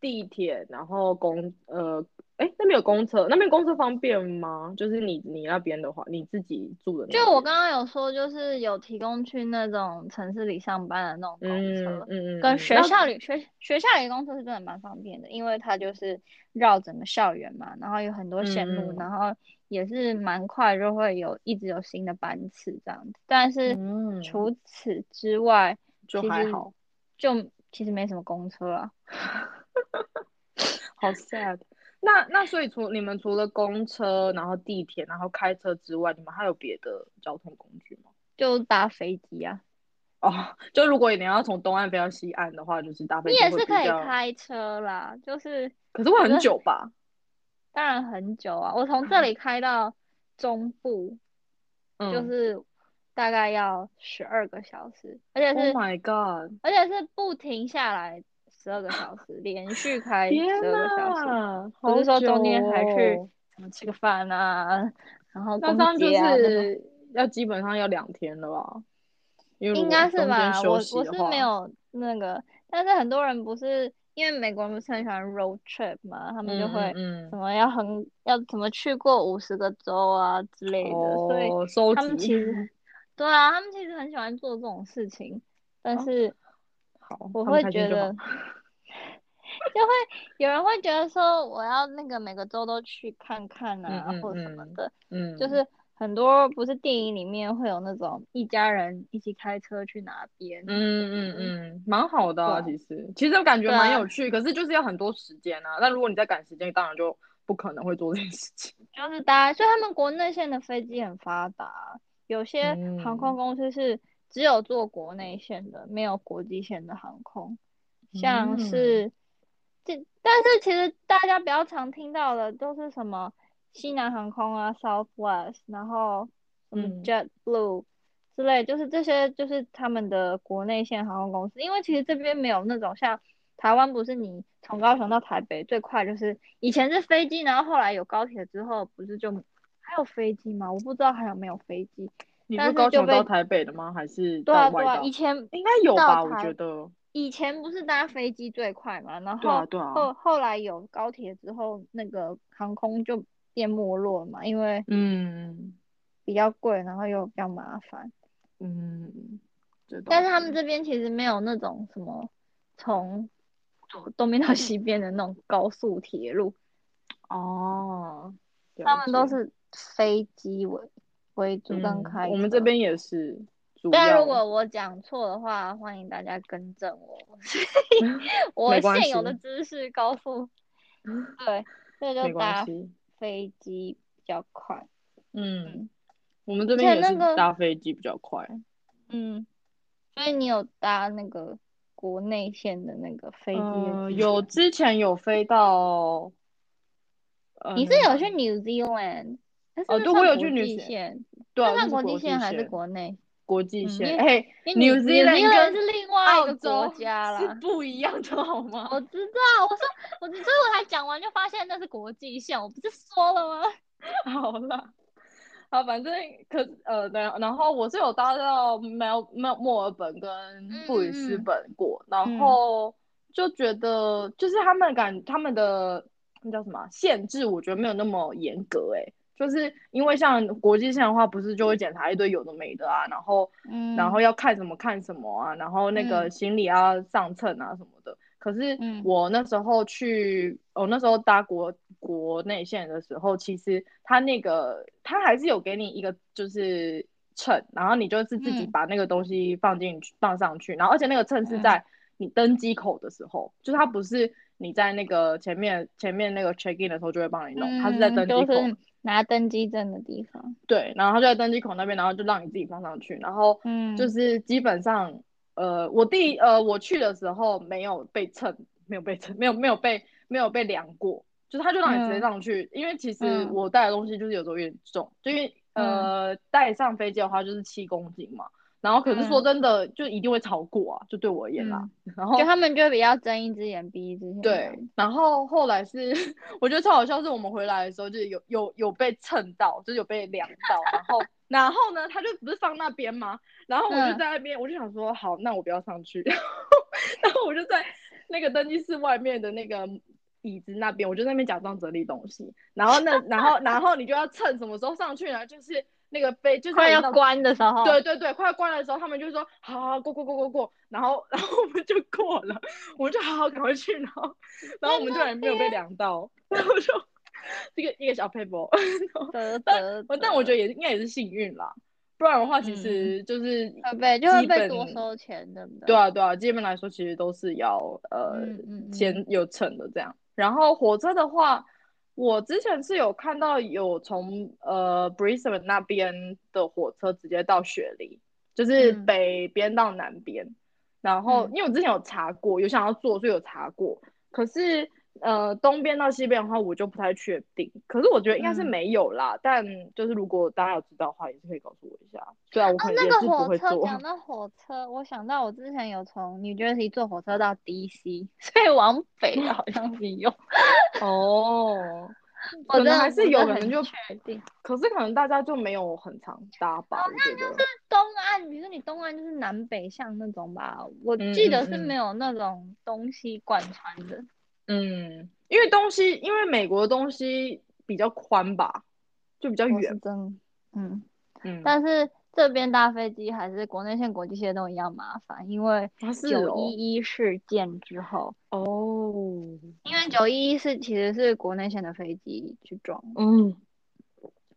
[SPEAKER 1] 地铁，然后公呃，哎、那边有公车，那边公车方便吗？就是你你那边的话，你自己住的那边
[SPEAKER 2] 就我刚刚有说，就是有提供去那种城市里上班的那种公
[SPEAKER 1] 嗯
[SPEAKER 2] 车
[SPEAKER 1] 嗯，嗯，
[SPEAKER 2] 跟
[SPEAKER 1] 嗯
[SPEAKER 2] 学
[SPEAKER 1] 那
[SPEAKER 2] 校里学学校里的公车是真的蛮方便的，因为它就是绕整个校园嘛，然后有很多线路，
[SPEAKER 1] 嗯嗯
[SPEAKER 2] 然后也是蛮快就会有一直有新的班次这样子。但是
[SPEAKER 1] 嗯
[SPEAKER 2] 除此之外，
[SPEAKER 1] 就
[SPEAKER 2] 其
[SPEAKER 1] 还
[SPEAKER 2] 实
[SPEAKER 1] 好，
[SPEAKER 2] 就其实没什么公车啊。
[SPEAKER 1] 好 sad。那 那所以除你们除了公车，然后地铁，然后开车之外，你们还有别的交通工具吗？
[SPEAKER 2] 就搭飞机啊，
[SPEAKER 1] 哦， 就如果你要从东岸飞到西岸的话，就是搭飞
[SPEAKER 2] 你
[SPEAKER 1] 机
[SPEAKER 2] 也
[SPEAKER 1] 会
[SPEAKER 2] 是
[SPEAKER 1] 比
[SPEAKER 2] 可以
[SPEAKER 1] 较，
[SPEAKER 2] 开车啦，就是
[SPEAKER 1] 可是会
[SPEAKER 2] 可
[SPEAKER 1] 很
[SPEAKER 2] 是
[SPEAKER 1] 久吧？
[SPEAKER 2] 当然很久啊，我从这里开到中部
[SPEAKER 1] 嗯，
[SPEAKER 2] 就是大概要十二个小时，而且
[SPEAKER 1] Oh
[SPEAKER 2] 是
[SPEAKER 1] my god！
[SPEAKER 2] 而且是不停下来十二个小时，连续开
[SPEAKER 1] 天
[SPEAKER 2] 哎十二个小时，
[SPEAKER 1] 呐，
[SPEAKER 2] 不是
[SPEAKER 1] 好
[SPEAKER 2] 说中间
[SPEAKER 1] 久
[SPEAKER 2] 还去
[SPEAKER 1] 哦
[SPEAKER 2] 什么吃个饭啊，然后
[SPEAKER 1] 那
[SPEAKER 2] 逛
[SPEAKER 1] 这样就
[SPEAKER 2] 街啊这种。
[SPEAKER 1] 是要基本上要两天了吧？因为如
[SPEAKER 2] 应
[SPEAKER 1] 果
[SPEAKER 2] 该是
[SPEAKER 1] 中间
[SPEAKER 2] 吧，
[SPEAKER 1] 休
[SPEAKER 2] 我
[SPEAKER 1] 息
[SPEAKER 2] 我
[SPEAKER 1] 的
[SPEAKER 2] 是
[SPEAKER 1] 话
[SPEAKER 2] 没有那个，但是很多人不是因为美国人不是很喜欢 road trip 嘛，他们就
[SPEAKER 1] 嗯
[SPEAKER 2] 会
[SPEAKER 1] 嗯
[SPEAKER 2] 什么要很要怎么去过五十个州啊之类
[SPEAKER 1] 嗯，
[SPEAKER 2] 的，所以
[SPEAKER 1] 哦，收
[SPEAKER 2] 他们
[SPEAKER 1] 集
[SPEAKER 2] 其实对啊，他们其实很喜欢做这种事情，但
[SPEAKER 1] 哦
[SPEAKER 2] 是
[SPEAKER 1] 好，
[SPEAKER 2] 我
[SPEAKER 1] 他们
[SPEAKER 2] 会
[SPEAKER 1] 开心
[SPEAKER 2] 觉
[SPEAKER 1] 就好
[SPEAKER 2] 得 就会有人会觉得说我要那个每个州都去看看
[SPEAKER 1] 嗯
[SPEAKER 2] 啊，
[SPEAKER 1] 嗯
[SPEAKER 2] 或者什么
[SPEAKER 1] 嗯
[SPEAKER 2] 的，
[SPEAKER 1] 嗯，
[SPEAKER 2] 就是很多不是电影里面会有那种一家人一起开车去哪边，
[SPEAKER 1] 嗯嗯嗯，蛮好的、啊，
[SPEAKER 2] 对
[SPEAKER 1] 其实其实感觉
[SPEAKER 2] 对啊
[SPEAKER 1] 蛮有趣，可是就是要很多时间啊。那如果你在赶时间，当然就不可能会做这件事情。
[SPEAKER 2] 就是大家，所以他们国内线的飞机很发达，啊有些航空公司是只有做国内线的，没有国际线的航空，像是这，但是其实大家比较常听到的都是什么西南航空啊、Southwest，然后什么
[SPEAKER 1] 嗯
[SPEAKER 2] JetBlue 之类，就是这些就是他们的国内线航空公司，因为其实这边没有那种像。台湾不是你从高雄到台北最快就是以前是飞机，然后后来有高铁之后，不是就还有飞机吗？我不知道还有没有飞机。
[SPEAKER 1] 你
[SPEAKER 2] 但
[SPEAKER 1] 是
[SPEAKER 2] 是
[SPEAKER 1] 高
[SPEAKER 2] 就
[SPEAKER 1] 雄到
[SPEAKER 2] 被
[SPEAKER 1] 台北的吗？还是
[SPEAKER 2] 对啊
[SPEAKER 1] 到外
[SPEAKER 2] 对啊，
[SPEAKER 1] 岛
[SPEAKER 2] 以前
[SPEAKER 1] 应该有
[SPEAKER 2] 到
[SPEAKER 1] 吧？我
[SPEAKER 2] 台
[SPEAKER 1] 觉得，
[SPEAKER 2] 以前不是搭飞机最快嘛，然
[SPEAKER 1] 对啊
[SPEAKER 2] 后
[SPEAKER 1] 对啊
[SPEAKER 2] 后后来有高铁之后，那个航空就变没落嘛，因为
[SPEAKER 1] 嗯
[SPEAKER 2] 比较贵，然后又比较麻烦。
[SPEAKER 1] 嗯，这倒
[SPEAKER 2] 但是他们这边其实没有那种什么从左东边到西边的那种高速铁路，
[SPEAKER 1] 哦，
[SPEAKER 2] 他们都
[SPEAKER 1] 了解
[SPEAKER 2] 是飞机为为主跟
[SPEAKER 1] 嗯
[SPEAKER 2] 开、
[SPEAKER 1] 我们这。边也是主
[SPEAKER 2] 但
[SPEAKER 1] 要
[SPEAKER 2] 如果我讲错的话，欢迎大家更正我， 我
[SPEAKER 1] 没关
[SPEAKER 2] 现有的
[SPEAKER 1] 系
[SPEAKER 2] 知识 告诉。对，所
[SPEAKER 1] 没
[SPEAKER 2] 以就
[SPEAKER 1] 关
[SPEAKER 2] 搭
[SPEAKER 1] 系，
[SPEAKER 2] 飞机比较快。
[SPEAKER 1] 嗯
[SPEAKER 2] 嗯，
[SPEAKER 1] 我们这
[SPEAKER 2] 而
[SPEAKER 1] 边
[SPEAKER 2] 且
[SPEAKER 1] 也是
[SPEAKER 2] 那个
[SPEAKER 1] 搭飞机比较快。
[SPEAKER 2] 嗯，所以你有搭那个国内线的那个飞机的
[SPEAKER 1] 呃，
[SPEAKER 2] 经
[SPEAKER 1] 有
[SPEAKER 2] 验
[SPEAKER 1] 之前有飞到，呃，
[SPEAKER 2] 你是
[SPEAKER 1] 那
[SPEAKER 2] 有去
[SPEAKER 1] 哪
[SPEAKER 2] New Zealand？但是
[SPEAKER 1] 哦
[SPEAKER 2] 那
[SPEAKER 1] 对我
[SPEAKER 2] 算
[SPEAKER 1] 有
[SPEAKER 2] 国
[SPEAKER 1] 去 New
[SPEAKER 2] 际
[SPEAKER 1] Zealand
[SPEAKER 2] 线，
[SPEAKER 1] 对啊，
[SPEAKER 2] 那
[SPEAKER 1] 那
[SPEAKER 2] 算
[SPEAKER 1] 是
[SPEAKER 2] 国际线
[SPEAKER 1] 线
[SPEAKER 2] 还是国内？
[SPEAKER 1] 国际
[SPEAKER 2] 嗯
[SPEAKER 1] 线？
[SPEAKER 2] 因为
[SPEAKER 1] 哎
[SPEAKER 2] 因为
[SPEAKER 1] ，New
[SPEAKER 2] New Zealand
[SPEAKER 1] Zealand 跟
[SPEAKER 2] 是另外一
[SPEAKER 1] 澳
[SPEAKER 2] 个
[SPEAKER 1] 洲
[SPEAKER 2] 国家
[SPEAKER 1] 是
[SPEAKER 2] 啦。
[SPEAKER 1] 不一样的好
[SPEAKER 2] 我
[SPEAKER 1] 吗？
[SPEAKER 2] 知道，我说我只是我才讲完就发现那是国际线，我不是说了吗？
[SPEAKER 1] 好啦，好，反正可呃，然然后我是有搭到 Mel Mel 墨尔本跟布里斯
[SPEAKER 2] 嗯嗯
[SPEAKER 1] 本过，然
[SPEAKER 2] 嗯
[SPEAKER 1] 后就觉得就是他们感他们的那叫什么啊限制，我觉得没有那么严格诶、就是因为像国际线的话，不是就会检查一堆有的没的啊，然后
[SPEAKER 2] 嗯，
[SPEAKER 1] 然后要看什么看什么啊，然后那个
[SPEAKER 2] 嗯
[SPEAKER 1] 行李要上秤啊什么的。可是
[SPEAKER 2] 嗯
[SPEAKER 1] 我那时候去，我那时候搭国国内线的时候，其实他那个他还是有给你一个就是秤，然后你就是自己
[SPEAKER 2] 嗯
[SPEAKER 1] 把那个东西放进去、放上去，然后而且那个秤是在你登机口的时候，就是它不是你在那个前面前面那个 check in 的时候就会帮你弄，它是在
[SPEAKER 2] 嗯
[SPEAKER 1] 登机
[SPEAKER 2] 就
[SPEAKER 1] 口。
[SPEAKER 2] 是拿登机证的地方。
[SPEAKER 1] 对，然后他就在登机口那边，然后就让你自己放上去，然后
[SPEAKER 2] 嗯，
[SPEAKER 1] 就是基本上，呃，我第呃我去的时候没有被称，没有被称，没有没有被没有被量过，就是他就让你直接
[SPEAKER 2] 嗯
[SPEAKER 1] 上去，因为其实
[SPEAKER 2] 嗯
[SPEAKER 1] 我带的东西就是有时候有点重，就因为呃带上飞机的话就是七公斤嘛，然后可是说
[SPEAKER 2] 嗯
[SPEAKER 1] 真的就一定会超过啊，就对我而言啦， 然后
[SPEAKER 2] 就他们就比较睁一只眼闭一只眼。
[SPEAKER 1] 对，，然后后来是 我觉得超好笑，是我们回来的时候就是有有有被蹭到，就是有被量到，然 后然后呢，他就不是放那边吗？然后我就
[SPEAKER 2] 嗯
[SPEAKER 1] 在那边，我就想说好，那我不要上去， 然后然后我就在那个登记室外面的那个。椅子那边，我就在那边假装整理东西，然后那， 然后，然后你就要趁什么时候上去呢？就是那个飞，就是
[SPEAKER 2] 快
[SPEAKER 1] 已经
[SPEAKER 2] 要
[SPEAKER 1] 到
[SPEAKER 2] 关的时候。
[SPEAKER 1] 对对对，快要关的时候，他们就说好好好过过过过过，然后然后我们就过了，我们就好好赶快去，然后然后我们突然没有被量到， 然后就这个一个小 paper，
[SPEAKER 2] 得得
[SPEAKER 1] 我但我觉得
[SPEAKER 2] 得
[SPEAKER 1] 也应该也是幸运啦，不然的话其
[SPEAKER 2] 嗯
[SPEAKER 1] 实就是基本、
[SPEAKER 2] 会呃被就会被多收钱，对不对？
[SPEAKER 1] 对啊对啊，基本来说其实都是要呃、
[SPEAKER 2] 嗯嗯嗯
[SPEAKER 1] 先有乘的这样，然后火车的话。我之前是有看到有从呃 Brisbane 那边的火车直接到雪梨，就是
[SPEAKER 2] 嗯
[SPEAKER 1] 北边到南边。然后
[SPEAKER 2] 嗯
[SPEAKER 1] 因为我之前有查过，有想要做，所以有查过。可是呃东边到西边的话，我就不太确定。可是我觉得应该是
[SPEAKER 2] 嗯
[SPEAKER 1] 没有啦，但就是如果大家有知道的话，也是可以告诉我一下。虽然我可
[SPEAKER 2] 哦，
[SPEAKER 1] 能
[SPEAKER 2] 那
[SPEAKER 1] 也
[SPEAKER 2] 个
[SPEAKER 1] 是不
[SPEAKER 2] 火
[SPEAKER 1] 会
[SPEAKER 2] 车
[SPEAKER 1] 做，
[SPEAKER 2] 讲到火车，我想到我之前有从 New Jersey 坐火车到 DC，所以往北的好像是 有，
[SPEAKER 1] 哦， 可
[SPEAKER 2] 我
[SPEAKER 1] 能
[SPEAKER 2] 真的
[SPEAKER 1] 还
[SPEAKER 2] 不
[SPEAKER 1] 是有，可
[SPEAKER 2] 很
[SPEAKER 1] 能就，
[SPEAKER 2] 确定。
[SPEAKER 1] 可是可能大家就没有很常搭吧，我觉得。
[SPEAKER 2] 东岸，比如说你东岸就是南北向那种吧，我记得是
[SPEAKER 1] 嗯嗯嗯
[SPEAKER 2] 没有那种东西贯穿的。
[SPEAKER 1] 嗯，因为东西，因为美国的东西比较宽吧，就比较
[SPEAKER 2] 我是
[SPEAKER 1] 远。
[SPEAKER 2] 真，嗯，
[SPEAKER 1] 嗯，
[SPEAKER 2] 但是这边搭飞机还是国内线、国际线都一样麻烦，因为
[SPEAKER 1] 啊是哦
[SPEAKER 2] 九一一事件之后，
[SPEAKER 1] 哦，
[SPEAKER 2] 因为九一一是其实是国内线的飞机去撞，
[SPEAKER 1] 嗯，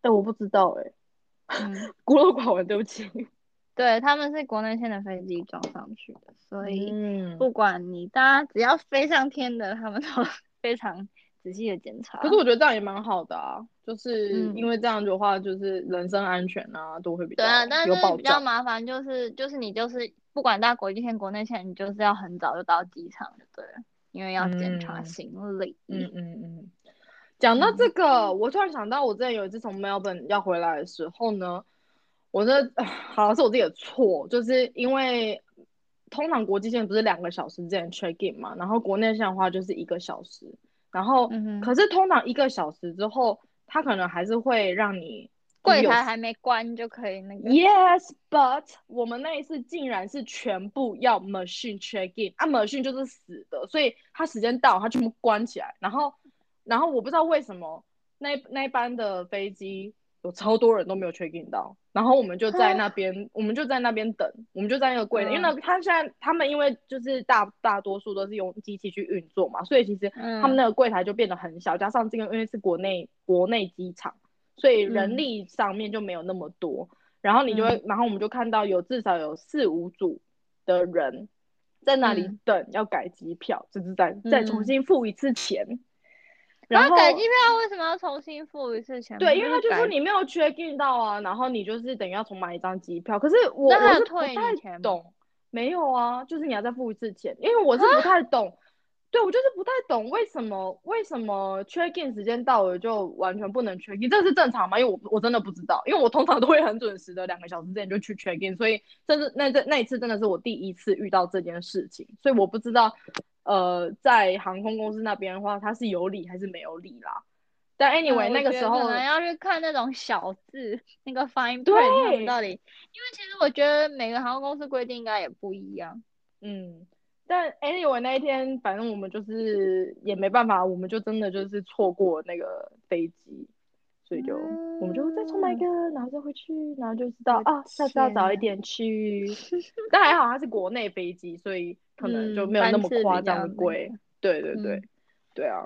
[SPEAKER 1] 哎、我不知道哎、
[SPEAKER 2] 嗯，
[SPEAKER 1] 孤陋寡闻，对不 起。
[SPEAKER 2] 对，他们是国内线的飞机装上去的，所以
[SPEAKER 1] 嗯，
[SPEAKER 2] 不管你搭，只要飞上天的，他们都 非常仔细的检查。
[SPEAKER 1] 可是我觉得这样也蛮好的啊，就是
[SPEAKER 2] 嗯
[SPEAKER 1] 因为这样的话，就是人身安全啊都会比较
[SPEAKER 2] 对啊，但
[SPEAKER 1] 有
[SPEAKER 2] 是
[SPEAKER 1] 保
[SPEAKER 2] 比较
[SPEAKER 1] 障。
[SPEAKER 2] 麻烦就是就是你就是不管搭国际线、国内线，你就是要很早就到机场就对了，因为要检查
[SPEAKER 1] 嗯
[SPEAKER 2] 行李。
[SPEAKER 1] 嗯嗯嗯。讲到这个，我突然想到，我之前有一次从 Melbourne 要回来的时候呢，我这好像是我自己的错，就是因为通常国际线不是两个小时之前 check in 嘛，然后国内线的话就是一个小时，然后、
[SPEAKER 2] 嗯哼
[SPEAKER 1] 可是通常一个小时之后，他可能还是会让你
[SPEAKER 2] 柜
[SPEAKER 1] 有
[SPEAKER 2] 台还没关就可以那个。
[SPEAKER 1] Yes, but 我们那一次竟然是全部要 machine check in，啊，machine 就是死的，所以它时间到，它全部关起来。然后，然后我不知道为什么那那一班的飞机有超多人都没有 check in 到，然后我们就在那边，我们就在那边等，我们就在那个柜台，因为
[SPEAKER 2] 嗯
[SPEAKER 1] 那他现在他们因为就是大大多数都是用机器去运作嘛，所以其实
[SPEAKER 2] 嗯
[SPEAKER 1] 他们那个柜台就变得很小，加上这个因为是国内国内机场，所以人
[SPEAKER 2] 嗯
[SPEAKER 1] 力上面就没有那么多。然后你就会，然后我们就看到有至少有四五组的人在那里
[SPEAKER 2] 嗯
[SPEAKER 1] 等要改机票，就是再再重
[SPEAKER 2] 嗯
[SPEAKER 1] 新付一次钱。然
[SPEAKER 2] 然
[SPEAKER 1] 后
[SPEAKER 2] 后改机票为什么要重新付一次钱？
[SPEAKER 1] 对，因为
[SPEAKER 2] 不
[SPEAKER 1] 他就说
[SPEAKER 2] 改
[SPEAKER 1] 你没有 check in 到啊，然后你就是等于要重买一张机票。可是我
[SPEAKER 2] 那他
[SPEAKER 1] 我
[SPEAKER 2] 有
[SPEAKER 1] 是不
[SPEAKER 2] 退你钱
[SPEAKER 1] 太
[SPEAKER 2] 吗
[SPEAKER 1] 懂，没有啊，就是你要再付一次钱，因为我是
[SPEAKER 2] 啊
[SPEAKER 1] 不太懂。对，我就是不太懂为什么为什么 check in 时间到了就完全不能 check in，这是正常吗？因为我我真的不知道，因为我通常都会很准时的两个小时之前就去 check in，所以甚至那这那一次真的是我第一次遇到这件事情，所以我不知道，呃，在航空公司那边的话，它是有理还是没有理啦。但
[SPEAKER 2] 嗯
[SPEAKER 1] anyway，、
[SPEAKER 2] 我
[SPEAKER 1] 那个
[SPEAKER 2] 觉
[SPEAKER 1] 时
[SPEAKER 2] 得
[SPEAKER 1] 候
[SPEAKER 2] 可能要去看那种小字，那个 fine
[SPEAKER 1] 对
[SPEAKER 2] print 他们到底，因为其实我觉得每个航空公司规定应该也不一样。
[SPEAKER 1] 嗯，但 anyway 那一天，反正我们就是也没办法，我们就真的就是错过那个飞机，所以就、我们就再重买一个，然后再回去，然后就知道
[SPEAKER 2] 嗯我的
[SPEAKER 1] 啊，下次要
[SPEAKER 2] 天啊
[SPEAKER 1] 早一
[SPEAKER 2] 呐
[SPEAKER 1] 点 去。但还好它是国内飞机，所以可能就
[SPEAKER 2] 嗯
[SPEAKER 1] 没有那
[SPEAKER 2] 班
[SPEAKER 1] 么
[SPEAKER 2] 次
[SPEAKER 1] 夸
[SPEAKER 2] 比
[SPEAKER 1] 张
[SPEAKER 2] 较
[SPEAKER 1] 的
[SPEAKER 2] 那
[SPEAKER 1] 贵。对对对，
[SPEAKER 2] 嗯
[SPEAKER 1] 对啊。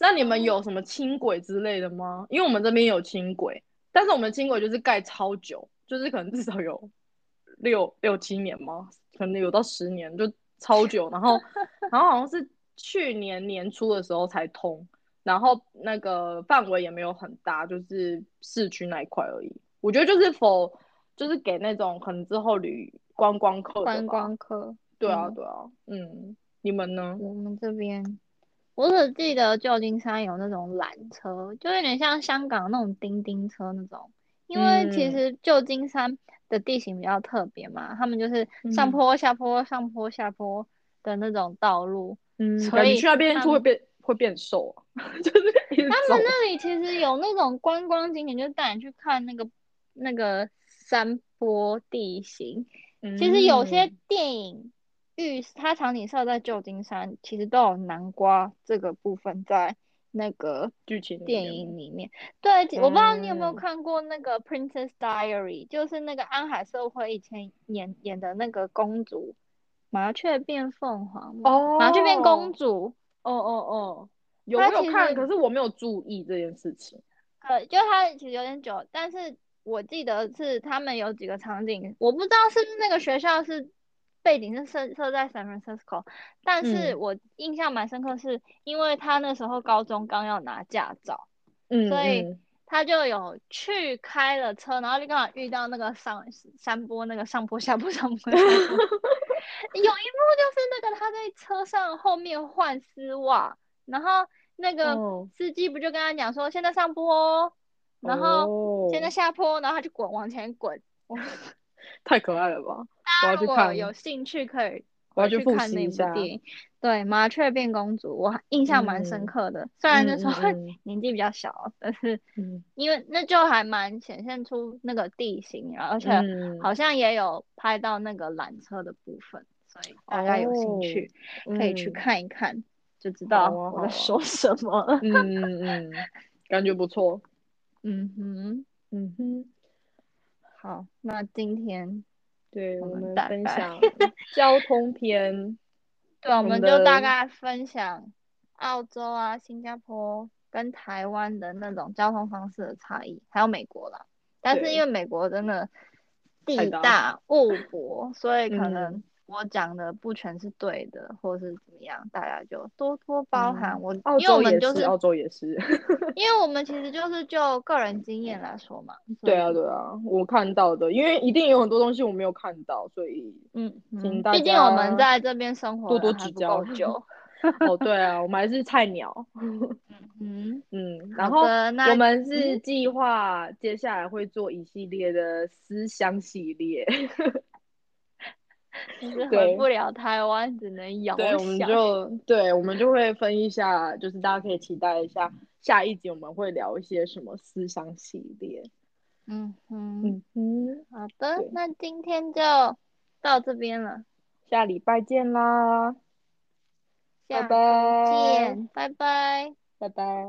[SPEAKER 1] 那你们有什么轻轨之类的吗？因为我们这边有轻轨，但是我们轻轨就是盖超久，就是可能至少有六六七年吗？可能有到十年，就超久。然 后，然后好像是去年年初的时候才通，然后那个范围也没有很大，就是市区那一块而已。我觉得就是否就是给那种可能之后旅观光客的吧
[SPEAKER 2] 观光客，
[SPEAKER 1] 对啊
[SPEAKER 2] 嗯
[SPEAKER 1] 对啊，嗯，你们呢？
[SPEAKER 2] 我们这边，我只记得旧金山有那种缆车，就有点像香港那种叮叮车那种。因为其
[SPEAKER 1] 嗯
[SPEAKER 2] 实旧金山的地形比较特别嘛，他们就是
[SPEAKER 1] 嗯
[SPEAKER 2] 上坡下坡、上坡下坡的那种道路。
[SPEAKER 1] 嗯，
[SPEAKER 2] 所
[SPEAKER 1] 感觉
[SPEAKER 2] 以
[SPEAKER 1] 去那边
[SPEAKER 2] 他
[SPEAKER 1] 就会
[SPEAKER 2] 们
[SPEAKER 1] 变会变瘦啊， 就是一直
[SPEAKER 2] 他
[SPEAKER 1] 走
[SPEAKER 2] 们那里其实有那种观光景点，就带你去看那个那个山坡地形。其实有些
[SPEAKER 1] 嗯
[SPEAKER 2] 电影预它场景设在旧金山，其实都有南瓜这个部分在那个
[SPEAKER 1] 剧情里
[SPEAKER 2] 电
[SPEAKER 1] 面
[SPEAKER 2] 影里面。对，我不知道你有没有
[SPEAKER 1] 嗯
[SPEAKER 2] 看过那个《Princess Diary》，就是那个安海瑟薇以前演演的那个公主，麻雀变凤凰吗，
[SPEAKER 1] 哦，
[SPEAKER 2] 麻雀变公，主。
[SPEAKER 1] 哦哦哦，有
[SPEAKER 2] 它
[SPEAKER 1] 我有
[SPEAKER 2] 其
[SPEAKER 1] 看，
[SPEAKER 2] 实
[SPEAKER 1] 可是我没有注意这件事情。
[SPEAKER 2] 呃，就它其实有点久，但是我记得是他们有几个场景，我不知道是不是那个学校是背景是设设在 San Francisco，但是
[SPEAKER 1] 嗯
[SPEAKER 2] 我印象蛮深刻，是因为他那时候高中刚要拿驾照，
[SPEAKER 1] 嗯，
[SPEAKER 2] 所以
[SPEAKER 1] 嗯
[SPEAKER 2] 他就有去开了车，然后就刚好遇到那个上山坡那个上坡下坡上坡下坡有一幕就是那个他在车上后面换丝袜，然后那个
[SPEAKER 1] 哦
[SPEAKER 2] 司机不就跟他讲说现在上坡哦，然后
[SPEAKER 1] 哦
[SPEAKER 2] 现在下坡，然后他就滚往前滚。
[SPEAKER 1] 太可爱了吧！我要
[SPEAKER 2] 大家
[SPEAKER 1] 去
[SPEAKER 2] 如果
[SPEAKER 1] 看
[SPEAKER 2] 有兴趣可以
[SPEAKER 1] 我要
[SPEAKER 2] 回
[SPEAKER 1] 去复
[SPEAKER 2] 看
[SPEAKER 1] 习
[SPEAKER 2] 那
[SPEAKER 1] 一
[SPEAKER 2] 部
[SPEAKER 1] 下
[SPEAKER 2] 电影。对，《麻雀变公主》我印象蛮
[SPEAKER 1] 嗯
[SPEAKER 2] 深刻的，虽然那
[SPEAKER 1] 嗯
[SPEAKER 2] 时候
[SPEAKER 1] 嗯嗯
[SPEAKER 2] 年纪比较小，但是
[SPEAKER 1] 嗯
[SPEAKER 2] 因为那就还蛮显现出那个地形，啊然后而且
[SPEAKER 1] 嗯
[SPEAKER 2] 好像也有拍到那个缆车的部分，所以大家有兴趣可以去
[SPEAKER 1] 嗯
[SPEAKER 2] 看一看，就知
[SPEAKER 1] 好
[SPEAKER 2] 道
[SPEAKER 1] 啊
[SPEAKER 2] 我
[SPEAKER 1] 好
[SPEAKER 2] 在
[SPEAKER 1] 啊
[SPEAKER 2] 说什么了。
[SPEAKER 1] 嗯嗯嗯，感觉不错。
[SPEAKER 2] 嗯哼，
[SPEAKER 1] 嗯哼，
[SPEAKER 2] 好，那今天
[SPEAKER 1] 对
[SPEAKER 2] 我
[SPEAKER 1] 我
[SPEAKER 2] 们
[SPEAKER 1] 们
[SPEAKER 2] 大
[SPEAKER 1] 分
[SPEAKER 2] 概
[SPEAKER 1] 享 交通篇。
[SPEAKER 2] 对，我
[SPEAKER 1] 我
[SPEAKER 2] 们
[SPEAKER 1] 们
[SPEAKER 2] 就大
[SPEAKER 1] 的
[SPEAKER 2] 概分享澳洲啊、新加坡跟台湾的那种交通方式的差异，还有美国啦。但是
[SPEAKER 1] 对
[SPEAKER 2] 因为美国真的
[SPEAKER 1] 太
[SPEAKER 2] 地
[SPEAKER 1] 大
[SPEAKER 2] 大物博，所以可
[SPEAKER 1] 嗯
[SPEAKER 2] 能我讲的不全是对的，或是怎么样，大家就多多包涵。
[SPEAKER 1] 嗯
[SPEAKER 2] 我
[SPEAKER 1] 澳
[SPEAKER 2] 因为我
[SPEAKER 1] 洲也
[SPEAKER 2] 们
[SPEAKER 1] 是，
[SPEAKER 2] 就是
[SPEAKER 1] 澳洲也是。
[SPEAKER 2] 因为我们其实就是就个人经验来说嘛。所
[SPEAKER 1] 对啊，
[SPEAKER 2] 以
[SPEAKER 1] 对啊，我看到的，因为一定有很多东西我没有看到，所 以
[SPEAKER 2] 嗯，
[SPEAKER 1] 请
[SPEAKER 2] 嗯
[SPEAKER 1] 大
[SPEAKER 2] 毕竟我
[SPEAKER 1] 家
[SPEAKER 2] 们在这边生活
[SPEAKER 1] 多
[SPEAKER 2] 的
[SPEAKER 1] 多
[SPEAKER 2] 还
[SPEAKER 1] 指
[SPEAKER 2] 不
[SPEAKER 1] 教
[SPEAKER 2] 够久。
[SPEAKER 1] 哦，对啊，我们还是菜鸟，
[SPEAKER 2] 嗯，
[SPEAKER 1] 嗯，
[SPEAKER 2] 好
[SPEAKER 1] 然后
[SPEAKER 2] 的，那嗯
[SPEAKER 1] 我们是计划接下来会做一系列的思乡系列，
[SPEAKER 2] 就是回
[SPEAKER 1] 对
[SPEAKER 2] 不了台湾，只能遥
[SPEAKER 1] 对，我们
[SPEAKER 2] 想。
[SPEAKER 1] 就对，我们就会分一下，就是大家可以期待一下下一集我们会聊一些什么思乡系列，
[SPEAKER 2] 嗯嗯，
[SPEAKER 1] 嗯哼，
[SPEAKER 2] 好的
[SPEAKER 1] 对，
[SPEAKER 2] 那今天就到这边了，
[SPEAKER 1] 下礼拜见啦，
[SPEAKER 2] 下
[SPEAKER 1] 拜拜
[SPEAKER 2] 见，拜拜。
[SPEAKER 1] 拜拜。